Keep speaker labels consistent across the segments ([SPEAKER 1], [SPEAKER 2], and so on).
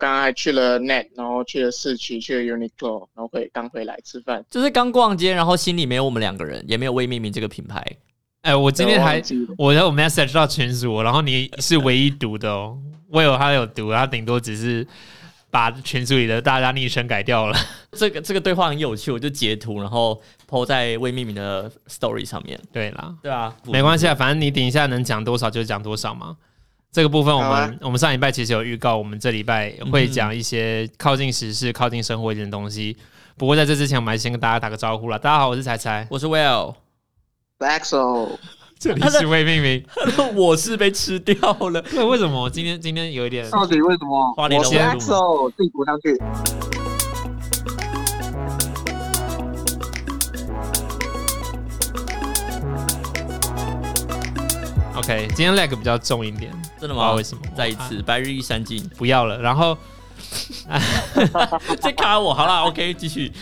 [SPEAKER 1] 刚刚还去了 Net，然后去了市区，去了 Uniqlo，然后回刚回来吃饭。
[SPEAKER 2] 就是刚逛街，然后心里没有我们两个人，也没有未命名这个品牌。
[SPEAKER 3] 哎、我今天
[SPEAKER 1] 对
[SPEAKER 3] 还
[SPEAKER 1] 忘记了
[SPEAKER 3] 我有 message 到群主，然后你是唯一读的哦。我有他有读，他顶多只是把群组里的大家昵称改掉了。
[SPEAKER 2] 这个这个对话很有趣，我就截图，然后 po 在未命名的 story 上面。
[SPEAKER 3] 对啦，
[SPEAKER 2] 对啊，
[SPEAKER 3] 没关
[SPEAKER 2] 系。
[SPEAKER 3] 系啊，反正你等一下能讲多少就讲多少嘛。这个部分我们、
[SPEAKER 1] 好啊
[SPEAKER 3] 我们上礼拜其实有预告，我们这礼拜会讲一些靠近时事、靠近生活一点的东西。不过在这之前，我们还是先跟大家打个招呼啦。大家好，我是彩彩，
[SPEAKER 2] 我是 Well，
[SPEAKER 1] Axel，
[SPEAKER 3] 这 里是未命名。
[SPEAKER 2] 我是被吃掉了。
[SPEAKER 3] 对，为什么我今天今天有一点？
[SPEAKER 1] 到底为什么？
[SPEAKER 2] 花莲
[SPEAKER 1] 我
[SPEAKER 2] 的
[SPEAKER 1] 是
[SPEAKER 2] 温度
[SPEAKER 1] Axel，自己补上去。
[SPEAKER 3] OK，今天 lag 比较重一点，
[SPEAKER 2] 真的
[SPEAKER 3] 不知道
[SPEAKER 2] 吗？
[SPEAKER 3] 为什么啊
[SPEAKER 2] 再一次，白日依山尽，
[SPEAKER 3] 不要了。然后
[SPEAKER 2] 再卡我。好啦 o k 继续。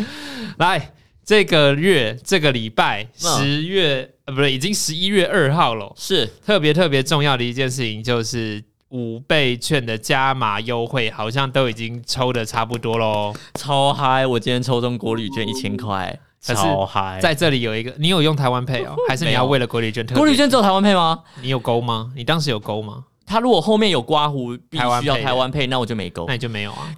[SPEAKER 3] 来，这个月这个礼拜
[SPEAKER 2] 嗯
[SPEAKER 3] 十月呃，不对，已经十一月二号了。
[SPEAKER 2] 是
[SPEAKER 3] 特别特别重要的一件事情就是。五倍券的加码优惠好像都已经抽的差不多喽，
[SPEAKER 2] 超嗨！我今天抽中国旅券一千块，
[SPEAKER 3] 可是
[SPEAKER 2] 超嗨！
[SPEAKER 3] 在这里有一个，你有用台湾配 哦，还是你要为了国旅券特别？
[SPEAKER 2] 国旅券只有台湾配吗？
[SPEAKER 3] 你有勾吗？你当时有勾吗？
[SPEAKER 2] 他如果后面有刮胡，必
[SPEAKER 3] 台湾
[SPEAKER 2] 须要
[SPEAKER 3] 配的
[SPEAKER 2] 台湾配，那我就没勾
[SPEAKER 3] 那。你就没有啊？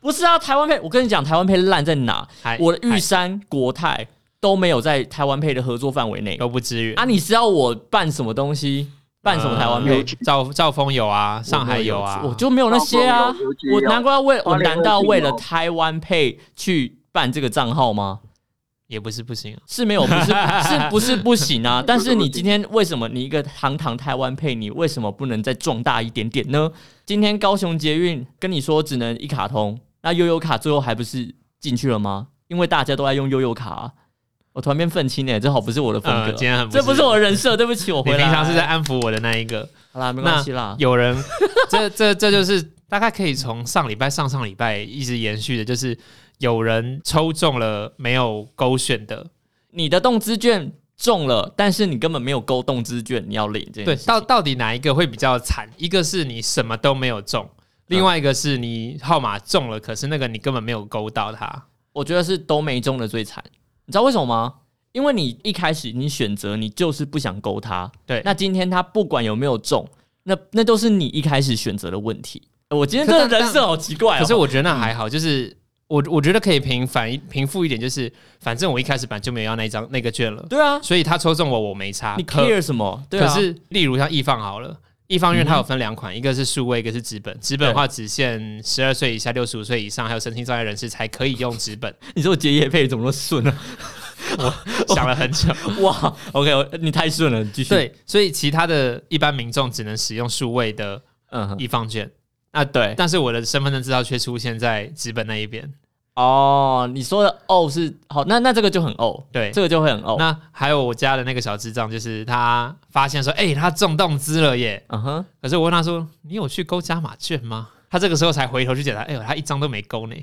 [SPEAKER 2] 不是啊，台湾配，我跟你讲，台湾配烂在哪？
[SPEAKER 3] 还
[SPEAKER 2] 我的玉
[SPEAKER 3] 还
[SPEAKER 2] 山、国泰都没有在台湾配的合作范围内
[SPEAKER 3] 都不支援
[SPEAKER 2] 啊！你是要我办什么东西？办啊什么台湾
[SPEAKER 3] 呃
[SPEAKER 2] 配
[SPEAKER 3] 有？兆兆丰有啊，上海有啊，
[SPEAKER 2] 我就没有那些啊
[SPEAKER 1] 高中有邮！局哦
[SPEAKER 2] 我
[SPEAKER 1] 有
[SPEAKER 2] 难怪要为我
[SPEAKER 1] 花莲
[SPEAKER 2] 难道
[SPEAKER 1] 邮局
[SPEAKER 2] 为了
[SPEAKER 1] 有
[SPEAKER 2] 台湾配去办这个账号吗？
[SPEAKER 3] 也不是不行啊。
[SPEAKER 2] 是没 有，不是是不是不行啊？但是你今天为什么你一个堂堂台湾配，你为什么不能再壮大一点点呢？今天高雄捷运跟你说只能一卡通，那悠悠卡最后还不是进去了吗？因为大家都在用悠悠卡啊、我突然变愤青哎、这好不是我的风格，
[SPEAKER 3] 呃今天很不
[SPEAKER 2] 这不
[SPEAKER 3] 是
[SPEAKER 2] 是我的人设，对不起，我
[SPEAKER 3] 你
[SPEAKER 2] 回来。
[SPEAKER 3] 平常是在安抚我的那一个，
[SPEAKER 2] 好啦，没关系啦。
[SPEAKER 3] 有人，这这这就是大概可以从上礼拜、上上礼拜一直延续的，就是有人抽中了没有勾选的，
[SPEAKER 2] 你的动资券中了，但是你根本没有勾动资券，你要领这件
[SPEAKER 3] 对，
[SPEAKER 2] 事情
[SPEAKER 3] 到到底哪一个会比较惨？一个是你什么都没有中，
[SPEAKER 2] 嗯
[SPEAKER 3] 另外一个是你号码中了，可是那个你根本没有勾到它。
[SPEAKER 2] 我觉得是都没中的最惨。你知道为什么吗？因为你一开始你选择你就是不想勾他，
[SPEAKER 3] 对
[SPEAKER 2] 那今天他不管有没有中，那那都是你一开始选择的问题。呃我今天这
[SPEAKER 3] 可
[SPEAKER 2] 个
[SPEAKER 3] 但
[SPEAKER 2] 人设好奇怪、哦，
[SPEAKER 3] 可是我觉得那还好，就是我我觉得可以平反一平复一点，就是反正我一开始本来就没有要那一张那个券了，
[SPEAKER 2] 对啊，
[SPEAKER 3] 所以他抽中我我没差。
[SPEAKER 2] 你
[SPEAKER 3] 可
[SPEAKER 2] care 什么？对啊，嗯
[SPEAKER 3] 可是例如像易放好了，易放院它有分两款，一个是数位，一个是纸本。纸本的话只限十二岁以下、六十五岁以上，还有身心障碍人士才可以用纸 本。
[SPEAKER 2] 你说我接叶配怎么那么顺啊？哦
[SPEAKER 3] 想 了很久，
[SPEAKER 2] 哇，OK，我你太顺了，你继续。，
[SPEAKER 3] 对，所以其他的一般民众只能使用数位的
[SPEAKER 2] 嗯哼，
[SPEAKER 3] 易放券。
[SPEAKER 2] 啊对，
[SPEAKER 3] 但是我的身份证资料却出现在纸本那一边。
[SPEAKER 2] 哦，你说的哦是好，那那这个就很哦，
[SPEAKER 3] 对，
[SPEAKER 2] 这个就会很哦。
[SPEAKER 3] 那还有我家的那个小智障，就是他发现说，哎、他中动资了耶。
[SPEAKER 2] 嗯哼，
[SPEAKER 3] 可是我问他说，你有去勾加码券吗？他这个时候才回头去检查，哎呦，他一张都没勾呢。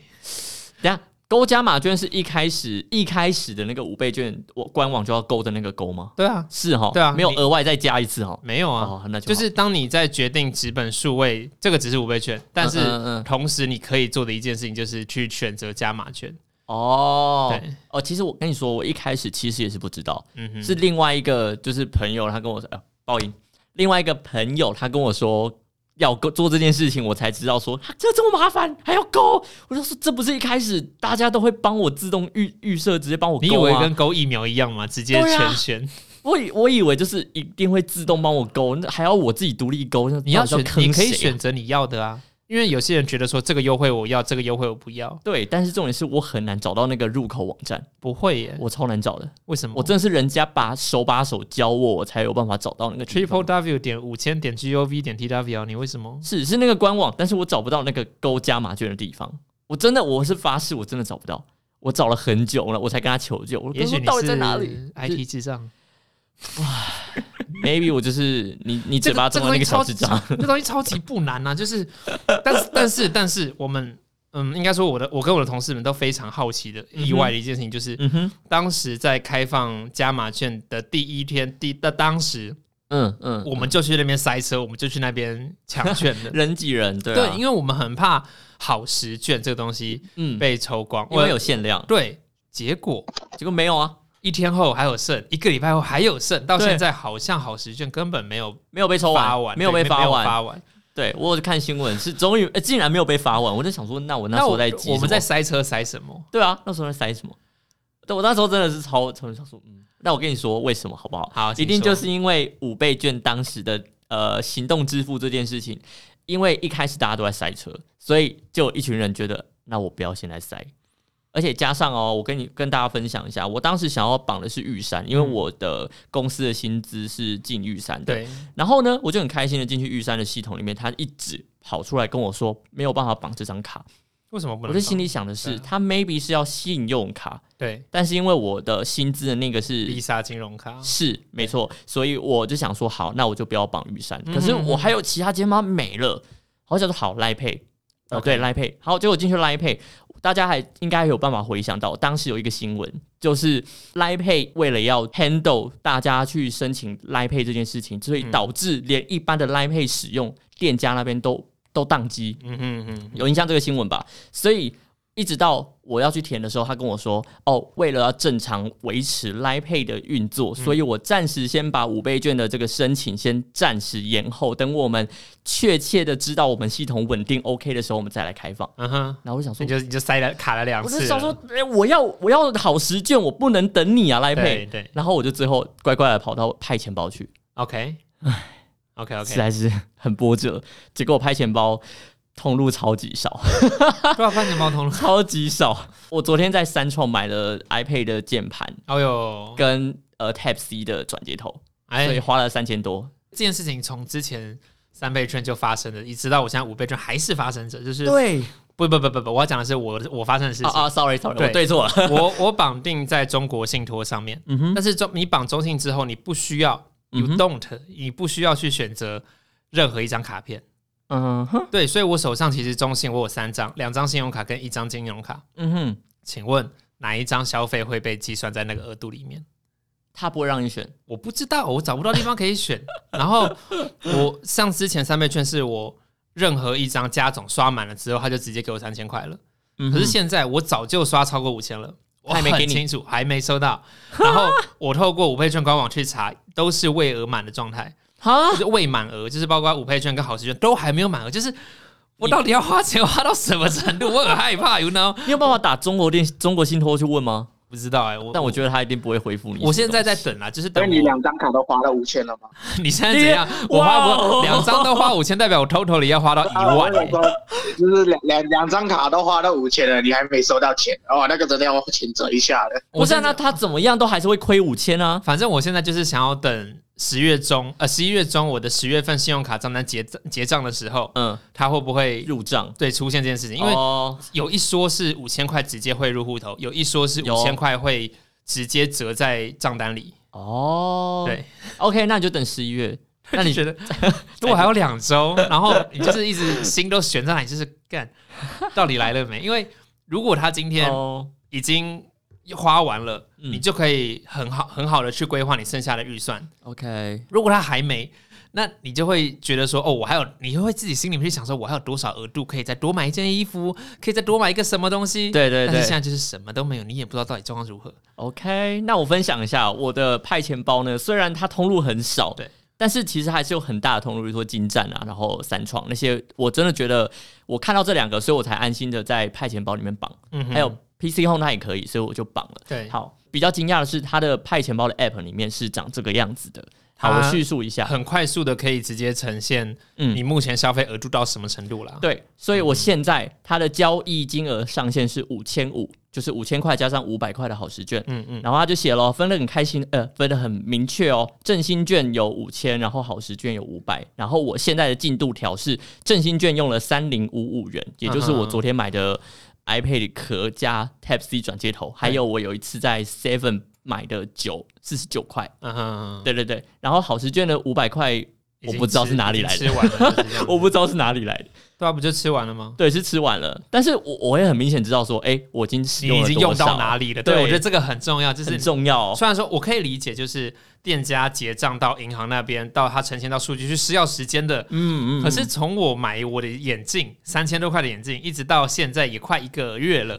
[SPEAKER 2] 等一下勾加码券是一开始一开始的那个五倍券，我官网就要勾的那个勾吗？
[SPEAKER 3] 对啊，
[SPEAKER 2] 是哈，
[SPEAKER 3] 对啊
[SPEAKER 2] 没有
[SPEAKER 3] 你
[SPEAKER 2] 额外再加一次哈。
[SPEAKER 3] 没有啊。
[SPEAKER 2] 哦，那就
[SPEAKER 3] 就
[SPEAKER 2] 好
[SPEAKER 3] 是当你在决定纸本数位，这个只是五倍券，但
[SPEAKER 2] 嗯
[SPEAKER 3] 是
[SPEAKER 2] 嗯嗯
[SPEAKER 3] 同时你可以做的一件事情就是去选择加码券。
[SPEAKER 2] 哦
[SPEAKER 3] 对
[SPEAKER 2] 哦，其实我跟你说，我一开始其实也是不知道，
[SPEAKER 3] 嗯哼，
[SPEAKER 2] 是另外一个就是朋友他跟我说，呃，报应，另外一个朋友他跟我说。要勾做这件事情，我才知道说、啊、这这么麻烦，还要勾。我就说这不是一开始大家都会帮我自动预预设，直接帮我勾
[SPEAKER 3] 你以为
[SPEAKER 2] 吗
[SPEAKER 3] 跟勾疫苗一样吗？直接
[SPEAKER 2] 对啊
[SPEAKER 3] 全选，
[SPEAKER 2] 我以我以为就是一定会自动帮我勾，那还要我自己独立勾。那
[SPEAKER 3] 你要
[SPEAKER 2] 到
[SPEAKER 3] 选
[SPEAKER 2] 底，坑
[SPEAKER 3] 你可以
[SPEAKER 2] 谁啊
[SPEAKER 3] 选择你要的啊。因为有些人觉得说这个优惠我要，这个优惠我不要，
[SPEAKER 2] 对，但是重点是我很难找到那个入口网站，
[SPEAKER 3] 不会耶？
[SPEAKER 2] 我超难找的。
[SPEAKER 3] 为什么？
[SPEAKER 2] 我真的是人家把手把手教我，我才有办法找到那个地方
[SPEAKER 3] triple w 点五千点 g o v 点 t w 啊，你为什么？
[SPEAKER 2] 是是那个官网，但是我找不到那个勾加码券的地方。我真的我是发誓，我真的找不到。我找了很久了，我才跟他求救。我
[SPEAKER 3] 也
[SPEAKER 2] 跟他
[SPEAKER 3] 许
[SPEAKER 2] 说
[SPEAKER 3] 你
[SPEAKER 2] 到底
[SPEAKER 3] 是
[SPEAKER 2] 在哪里
[SPEAKER 3] IT 智障，
[SPEAKER 2] ？Maybe 我就是你你嘴巴
[SPEAKER 3] 这
[SPEAKER 2] 中
[SPEAKER 3] 个
[SPEAKER 2] 的那个
[SPEAKER 3] 这
[SPEAKER 2] 小
[SPEAKER 3] 个东
[SPEAKER 2] 智
[SPEAKER 3] 西
[SPEAKER 2] 障。
[SPEAKER 3] 这东西超级不难啊，就是，但是但是但是我们。嗯，应该说我的我跟我的同事们都非常好奇的
[SPEAKER 2] 嗯哼
[SPEAKER 3] 意外的一件事情，就是、
[SPEAKER 2] 嗯哼，
[SPEAKER 3] 当时在开放加码券的第一天，第的当时
[SPEAKER 2] 嗯嗯，。
[SPEAKER 3] 我们就去那边塞车，我们就去那边抢券的
[SPEAKER 2] 人挤人，对
[SPEAKER 3] 对，
[SPEAKER 2] 啊
[SPEAKER 3] 因为我们很怕好时券这个东西
[SPEAKER 2] 嗯，
[SPEAKER 3] 被抽光，
[SPEAKER 2] 因为有限量，
[SPEAKER 3] 对，结果
[SPEAKER 2] 结果没有啊，
[SPEAKER 3] 一天后还有剩，一个礼拜后还有剩，到
[SPEAKER 2] 对
[SPEAKER 3] 现在好像好时券根本没有
[SPEAKER 2] 没有被抽
[SPEAKER 3] 发
[SPEAKER 2] 完，
[SPEAKER 3] 完，
[SPEAKER 2] 没有被
[SPEAKER 3] 对
[SPEAKER 2] 发
[SPEAKER 3] 有
[SPEAKER 2] 完。
[SPEAKER 3] 发完。
[SPEAKER 2] 对我有看新闻是终于、呃竟然没有被发完，我就想说，那我那时
[SPEAKER 3] 我
[SPEAKER 2] 候在急
[SPEAKER 3] 我们在
[SPEAKER 2] 什么
[SPEAKER 3] 塞车塞什么？
[SPEAKER 2] 对啊，那时候在塞什么？对我那时候真的是超超想说，嗯，那我跟你说为什么好不好？
[SPEAKER 3] 好，
[SPEAKER 2] 一定
[SPEAKER 3] 啊请说
[SPEAKER 2] 就是因为五倍券当时的呃行动支付这件事情，因为一开始大家都在塞车，所以就有一群人觉得，那我不要先来塞。而且加上哦，我跟你跟大家分享一下，我当时想要绑的是玉山，因为
[SPEAKER 3] 嗯
[SPEAKER 2] 我的公司的薪资是进玉山的。
[SPEAKER 3] 对，
[SPEAKER 2] 然后呢，我就很开心的进去玉山的系统里面，他一直跑出来跟我说没有办法绑这张卡。
[SPEAKER 3] 为什么不能
[SPEAKER 2] 我
[SPEAKER 3] 放？
[SPEAKER 2] 就心里想的是，
[SPEAKER 3] 对啊
[SPEAKER 2] 他 maybe 是要信用卡，
[SPEAKER 3] 对
[SPEAKER 2] 但是因为我的薪资的那个是
[SPEAKER 3] Visa 金融卡，
[SPEAKER 2] 是没错，所以我就想说，好，那我就不要绑玉山。
[SPEAKER 3] 嗯
[SPEAKER 2] 可是我还有其他肩膀没了，好想说好赖配，哦
[SPEAKER 3] OK
[SPEAKER 2] 对赖配，好，结果进去赖配，大家还应该有办法回想到，当时有一个新闻，就是赖配为了要 handle 大家去申请赖配这件事情，所以
[SPEAKER 3] 嗯
[SPEAKER 2] 导致连一般的赖配使用店家那边都都宕机，
[SPEAKER 3] 嗯嗯嗯，
[SPEAKER 2] 有印象这个新闻吧？所以一直到我要去填的时候，他跟我说：“哦，为了要正常维持 Line Pay 的运作，
[SPEAKER 3] 嗯
[SPEAKER 2] 所以我暂时先把五倍券的这个申请先暂时延后，等我们确切的知道我们系统稳定 OK 的时候，我们再来开放。
[SPEAKER 3] 嗯哼”，
[SPEAKER 2] 然后我想说
[SPEAKER 3] 你，就你就塞了卡了两
[SPEAKER 2] 我
[SPEAKER 3] 次了，
[SPEAKER 2] 是想说，哎、我要我要好时券，我不能等你啊，Line
[SPEAKER 3] 对
[SPEAKER 2] Pay。
[SPEAKER 3] 对
[SPEAKER 2] 然后我就最后乖乖的跑到派钱包去，
[SPEAKER 3] ，OK OK
[SPEAKER 2] 实
[SPEAKER 3] OK，
[SPEAKER 2] 在是啊 很波折。结果我拍钱包通路超级少，
[SPEAKER 3] 多少钱包 通了？
[SPEAKER 2] 超级少。我昨天在三创买了 iPad 的键盘
[SPEAKER 3] 哦哟，
[SPEAKER 2] 跟呃 Type C 的转接头，所以
[SPEAKER 3] 哎，
[SPEAKER 2] 花了三千多。
[SPEAKER 3] 这件事情从之前三倍券就发生了，一直到我现在五倍券还是发生着，就是
[SPEAKER 2] 对，
[SPEAKER 3] 不不不不不，我要讲的是我的我发生的事
[SPEAKER 2] 啊
[SPEAKER 3] 情。
[SPEAKER 2] 啊，sorry sorry，
[SPEAKER 3] 对
[SPEAKER 2] 我对错了。
[SPEAKER 3] 我我绑定在中国信托上面，
[SPEAKER 2] 嗯哼，
[SPEAKER 3] 但是中你绑中信之后，你不需要
[SPEAKER 2] 嗯
[SPEAKER 3] you
[SPEAKER 2] 哼
[SPEAKER 3] don't，你不需要去选择任何一张卡片。
[SPEAKER 2] 嗯哼，
[SPEAKER 3] 对，所以我手上其实中信我有三张，两张信用卡跟一张金融卡。
[SPEAKER 2] 嗯哼，
[SPEAKER 3] 请问哪一张消费会被计算在那个额度里面？
[SPEAKER 2] 他不会让你选。
[SPEAKER 3] 我不知道，我找不到地方可以选。然后我像之前三倍券是我任何一张加总刷满了之后，他就直接给我三千块了。
[SPEAKER 2] 嗯
[SPEAKER 3] 可
[SPEAKER 2] 哼
[SPEAKER 3] 是现在我早就刷超过五千了，我
[SPEAKER 2] 还没给
[SPEAKER 3] 很
[SPEAKER 2] 你
[SPEAKER 3] 清楚，还没收 到。然后我透过五倍券官网去查，都是未额满的状 态，
[SPEAKER 2] 啊
[SPEAKER 3] 就，是未满额，就是包括五倍券跟好时券都还没有满额，就是。我到底要花钱花到什么程 度？我很害怕，you know？
[SPEAKER 2] 你有办法打中国电中国信托去问吗？
[SPEAKER 3] 不知道哎、我
[SPEAKER 2] 但我觉得他一定不会回复你。
[SPEAKER 3] 我现在在等啊，就是
[SPEAKER 1] 所
[SPEAKER 3] 等
[SPEAKER 1] 以你
[SPEAKER 3] 我。
[SPEAKER 1] 两张卡都花了五千了吗？
[SPEAKER 3] 你现在怎样？我
[SPEAKER 2] 哇
[SPEAKER 3] 花
[SPEAKER 2] 哦
[SPEAKER 3] 我两张都花五千，代表我 total 里要花到一
[SPEAKER 1] 啊，我
[SPEAKER 3] 万、
[SPEAKER 1] 想
[SPEAKER 3] 欸。
[SPEAKER 1] 说，就是两两两张卡都花了五千了，你还没收到钱，哦，那个真的要谴责一下了。
[SPEAKER 2] 不是啊，
[SPEAKER 3] 现在
[SPEAKER 2] 那他怎么样都还是会亏五千啊。
[SPEAKER 3] 反正我现在就是想要等十月中，呃，十一月中我的十月份信用卡账单结账结账的时候，
[SPEAKER 2] 嗯，
[SPEAKER 3] 它会不会
[SPEAKER 2] 入账，
[SPEAKER 3] 对出现这件事情？因为
[SPEAKER 2] 哦
[SPEAKER 3] 有一说是五千块直接汇入户头，有一说是
[SPEAKER 2] 有
[SPEAKER 3] 五千块会直接折在账单里。
[SPEAKER 2] 哦，
[SPEAKER 3] 对，
[SPEAKER 2] ，OK，那你就等十一月。那 你
[SPEAKER 3] 觉 得我还有 两周，然后你就是一直心都悬在那里，就是干到底来了没？因为如果他今天
[SPEAKER 2] 哦，
[SPEAKER 3] 已经花完了，
[SPEAKER 2] 嗯
[SPEAKER 3] 你就可以很好很好的去规划你剩下的预算。
[SPEAKER 2] OK，
[SPEAKER 3] 如果他还没，那你就会觉得说，哦，我还有，你会自己心里面去想说，我还有多少额度可以再多买一件衣服，可以再多买一个什么东西？。
[SPEAKER 2] 对对
[SPEAKER 3] 但是
[SPEAKER 2] 对
[SPEAKER 3] 现。在就是什么都没有，你也不知道到底状况如何。
[SPEAKER 2] OK，那我分享一下我的派钱包呢，虽然它通路很少，
[SPEAKER 3] 对，
[SPEAKER 2] 但是其实还是有很大的通路，比如说金站啊，然后三创那些，我真的觉得我看到这两个，所以我才安心的在派钱包里面绑，
[SPEAKER 3] 嗯哼
[SPEAKER 2] 还有 PC Home 它也可以，所以我就绑了。
[SPEAKER 3] 对，
[SPEAKER 2] 好，比较惊讶的是它的派钱包的 App 里面是长这个样子的。好，
[SPEAKER 3] 它
[SPEAKER 2] 我叙述一下。
[SPEAKER 3] 很快速的可以直接呈现
[SPEAKER 2] 嗯
[SPEAKER 3] 你目前消费额度到什么程度啦。
[SPEAKER 2] 对，所以我
[SPEAKER 3] 嗯
[SPEAKER 2] 现在它的交易金额上限是五千五，就是五千块加上五百块的好时券。
[SPEAKER 3] 嗯嗯，
[SPEAKER 2] 然后他就写了，分得很开心，呃，分得很明确哦。振兴券有五千，然后好时券有五百，然后我现在的进度条是振兴券用了三零五五元，也就是我昨天买的 iPad 壳加 Type C 转接头，还有我有一次在 Seven 买的酒四十九块，
[SPEAKER 3] 嗯哼，
[SPEAKER 2] 对对对。然后好时券的五百块
[SPEAKER 3] 已已经
[SPEAKER 2] 我不知道是哪里
[SPEAKER 3] 已经
[SPEAKER 2] 来的
[SPEAKER 3] 吃完了就是这样
[SPEAKER 2] 我不知道是哪里来的。
[SPEAKER 3] 对啊，不就吃完了吗？
[SPEAKER 2] 对，是吃完了，但是我我会很明显知道说，哎、我已经使
[SPEAKER 3] 你已
[SPEAKER 2] 了
[SPEAKER 3] 经
[SPEAKER 2] 多
[SPEAKER 3] 用
[SPEAKER 2] 少啊
[SPEAKER 3] 到哪里了？
[SPEAKER 2] 对，
[SPEAKER 3] 对，我觉得这个很重要，就是
[SPEAKER 2] 很重要、哦。
[SPEAKER 3] 虽然说我可以理解，就是店家结账到银行那边，到他呈现到数据去是要时间的。
[SPEAKER 2] 嗯嗯，
[SPEAKER 3] 可是从我买我的眼镜三千多块的眼镜，一直到现在也快一个月了。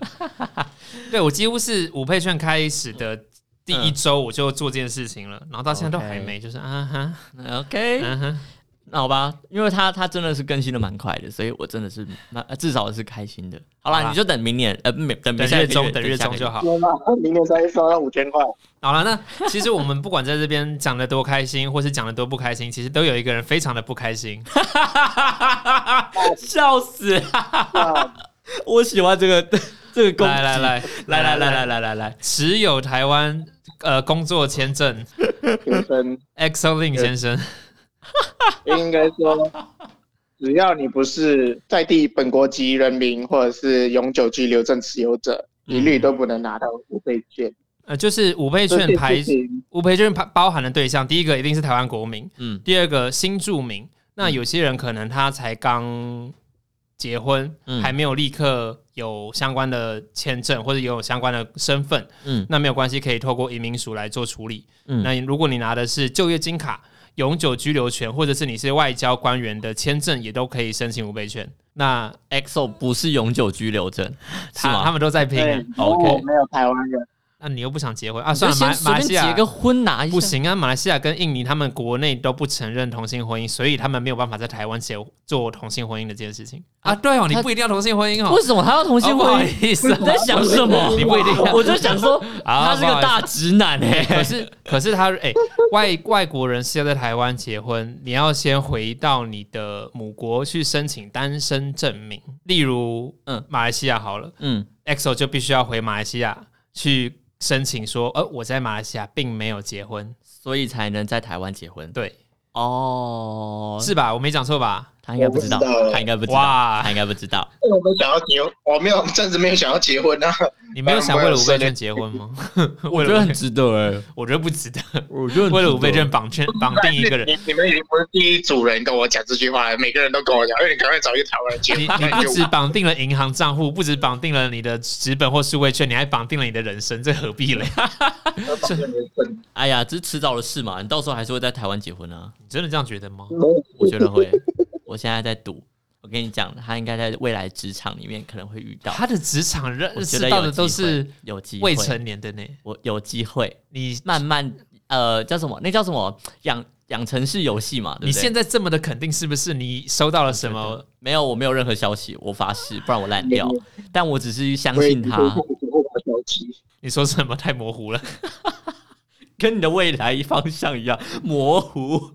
[SPEAKER 3] 对我几乎是五倍券开始的第一周我就做这件事情了，然后到现在都
[SPEAKER 2] OK
[SPEAKER 3] 还没，就是啊哈，
[SPEAKER 2] OK，、
[SPEAKER 3] 嗯哼，
[SPEAKER 2] 那好吧，因为它它真的是更新的蛮快的，所以我真的是蛮呃至少是开心的。好
[SPEAKER 3] 好
[SPEAKER 2] 啦，
[SPEAKER 3] 啦
[SPEAKER 2] 你就等明年呃，没等明
[SPEAKER 3] 等
[SPEAKER 2] 下
[SPEAKER 3] 月
[SPEAKER 2] 个
[SPEAKER 3] 中等月
[SPEAKER 2] 下个
[SPEAKER 3] 中就好。
[SPEAKER 1] 天哪，明年三月收到五千 块，
[SPEAKER 3] 好了，那其实我们不管在这边讲的多开心，或是讲的多不开心，其实都有一个人非常的不开心。
[SPEAKER 2] 笑死！
[SPEAKER 1] 啊
[SPEAKER 2] 我喜欢这个 这个攻击
[SPEAKER 3] 来来来
[SPEAKER 2] 来来来来来来来，
[SPEAKER 3] 持有台湾呃工作签证
[SPEAKER 1] 学生
[SPEAKER 3] Exolink 先生，
[SPEAKER 1] 应该说，只要你不是在地本国籍人民或者是永久居留证持有者，一律都不能拿到五倍券。
[SPEAKER 3] 呃，就是五倍
[SPEAKER 1] 这
[SPEAKER 3] 券
[SPEAKER 1] 件
[SPEAKER 3] 排
[SPEAKER 1] 事情
[SPEAKER 3] 五倍券排包含的对象，第一个一定是台湾国民，
[SPEAKER 2] 嗯
[SPEAKER 3] 第二个新住民。那有些人可能他才刚结婚，
[SPEAKER 2] 嗯
[SPEAKER 3] 还没有立刻有相关的签证或者有相关的身份，
[SPEAKER 2] 嗯
[SPEAKER 3] 那没有关系，可以透过移民署来做处理。
[SPEAKER 2] 嗯
[SPEAKER 3] 那如果你拿的是就业金卡、永久居留权，或者是你是外交官员的签证，也都可以申请五倍券。那
[SPEAKER 2] ，EXO 不是永久居留证，是
[SPEAKER 3] 他他
[SPEAKER 2] 吗？
[SPEAKER 3] 们都在拼啊、
[SPEAKER 1] 对，
[SPEAKER 2] OK
[SPEAKER 1] 我没有台湾人，
[SPEAKER 3] 那你又不想结婚啊？
[SPEAKER 2] 就
[SPEAKER 3] 算了，马
[SPEAKER 2] 先
[SPEAKER 3] 来
[SPEAKER 2] 随
[SPEAKER 3] 马来
[SPEAKER 2] 便
[SPEAKER 3] 西亚
[SPEAKER 2] 结个婚拿一下，
[SPEAKER 3] 不行啊，马来西亚跟印尼他们国内都不承认同性婚姻，所以他们没有办法在台湾结做同性婚姻的这件事情啊。对哦，你
[SPEAKER 2] 他
[SPEAKER 3] 不一定要同性婚姻哦，
[SPEAKER 2] 为什么还要同
[SPEAKER 3] 哦
[SPEAKER 2] 性
[SPEAKER 3] 不
[SPEAKER 2] 婚
[SPEAKER 3] 好
[SPEAKER 2] 姻？
[SPEAKER 3] 意思、啊
[SPEAKER 2] 你，在想什么？
[SPEAKER 3] 你不一定要
[SPEAKER 2] 我就想说，他
[SPEAKER 3] 啊
[SPEAKER 2] 是个大直男哎、
[SPEAKER 3] 可是可是他哎、外外国人是要在台湾结婚，你要先回到你的母国去申请单身证明，例如
[SPEAKER 2] 嗯
[SPEAKER 3] 嗯马来西亚好了
[SPEAKER 2] 嗯，
[SPEAKER 3] ，EXO 就必须要回马来西亚去申请说，呃我在马来西亚并没有结婚，
[SPEAKER 2] 所以才能在台湾结婚。
[SPEAKER 3] 对，
[SPEAKER 2] 哦，
[SPEAKER 3] 是吧？我没讲错吧？
[SPEAKER 2] 他应该不知道
[SPEAKER 1] 我不知道，
[SPEAKER 2] 他应该不知道，
[SPEAKER 3] 哇
[SPEAKER 2] 他，应该不知道。
[SPEAKER 1] 我没想要结，我没有暂时没有想要结婚啊。
[SPEAKER 3] 你没有想为了五倍券结婚 吗？
[SPEAKER 2] 我
[SPEAKER 3] 我
[SPEAKER 2] 觉得很值得哎、
[SPEAKER 3] 我觉得不值得，
[SPEAKER 2] 我觉得
[SPEAKER 3] 为了五倍券绑圈 绑定一个人。
[SPEAKER 1] 你你们已经不是第一组人跟我讲这句话了，每个人都跟我讲，哎，你赶快找一个台湾人结
[SPEAKER 3] 你
[SPEAKER 1] 婚，
[SPEAKER 3] 你
[SPEAKER 1] 那
[SPEAKER 3] 不
[SPEAKER 1] 就
[SPEAKER 3] 止绑定了银行账户，不止绑定了你的纸本或数位券，你还绑定了你的人生，这何必嘞？
[SPEAKER 2] 哎呀，这是迟早的事嘛，你到时候还是会在台湾结婚啊。
[SPEAKER 3] 你真的这样觉 得吗？
[SPEAKER 2] 我觉得 会，我现在在赌。我跟你讲，他应该在未来职场里面可能会遇到。
[SPEAKER 3] 他的职场
[SPEAKER 2] 我
[SPEAKER 3] 认
[SPEAKER 2] 觉
[SPEAKER 3] 识
[SPEAKER 2] 得有
[SPEAKER 3] 到的
[SPEAKER 2] 机
[SPEAKER 3] 都
[SPEAKER 2] 会
[SPEAKER 3] 是
[SPEAKER 2] 有机
[SPEAKER 3] 未
[SPEAKER 2] 会，
[SPEAKER 3] 成年的呢。
[SPEAKER 2] 我有机会
[SPEAKER 3] 你
[SPEAKER 2] 慢慢呃叫什么？那叫什么养养成式游戏嘛？对不对
[SPEAKER 3] 你现在这么的肯定，是不是你收到了什么？
[SPEAKER 2] 没有，我没有任何消息，我发誓，不然我烂掉。但我只是相信他，
[SPEAKER 3] 你说什么太模糊了？
[SPEAKER 2] 跟你的未来方向一样模 糊。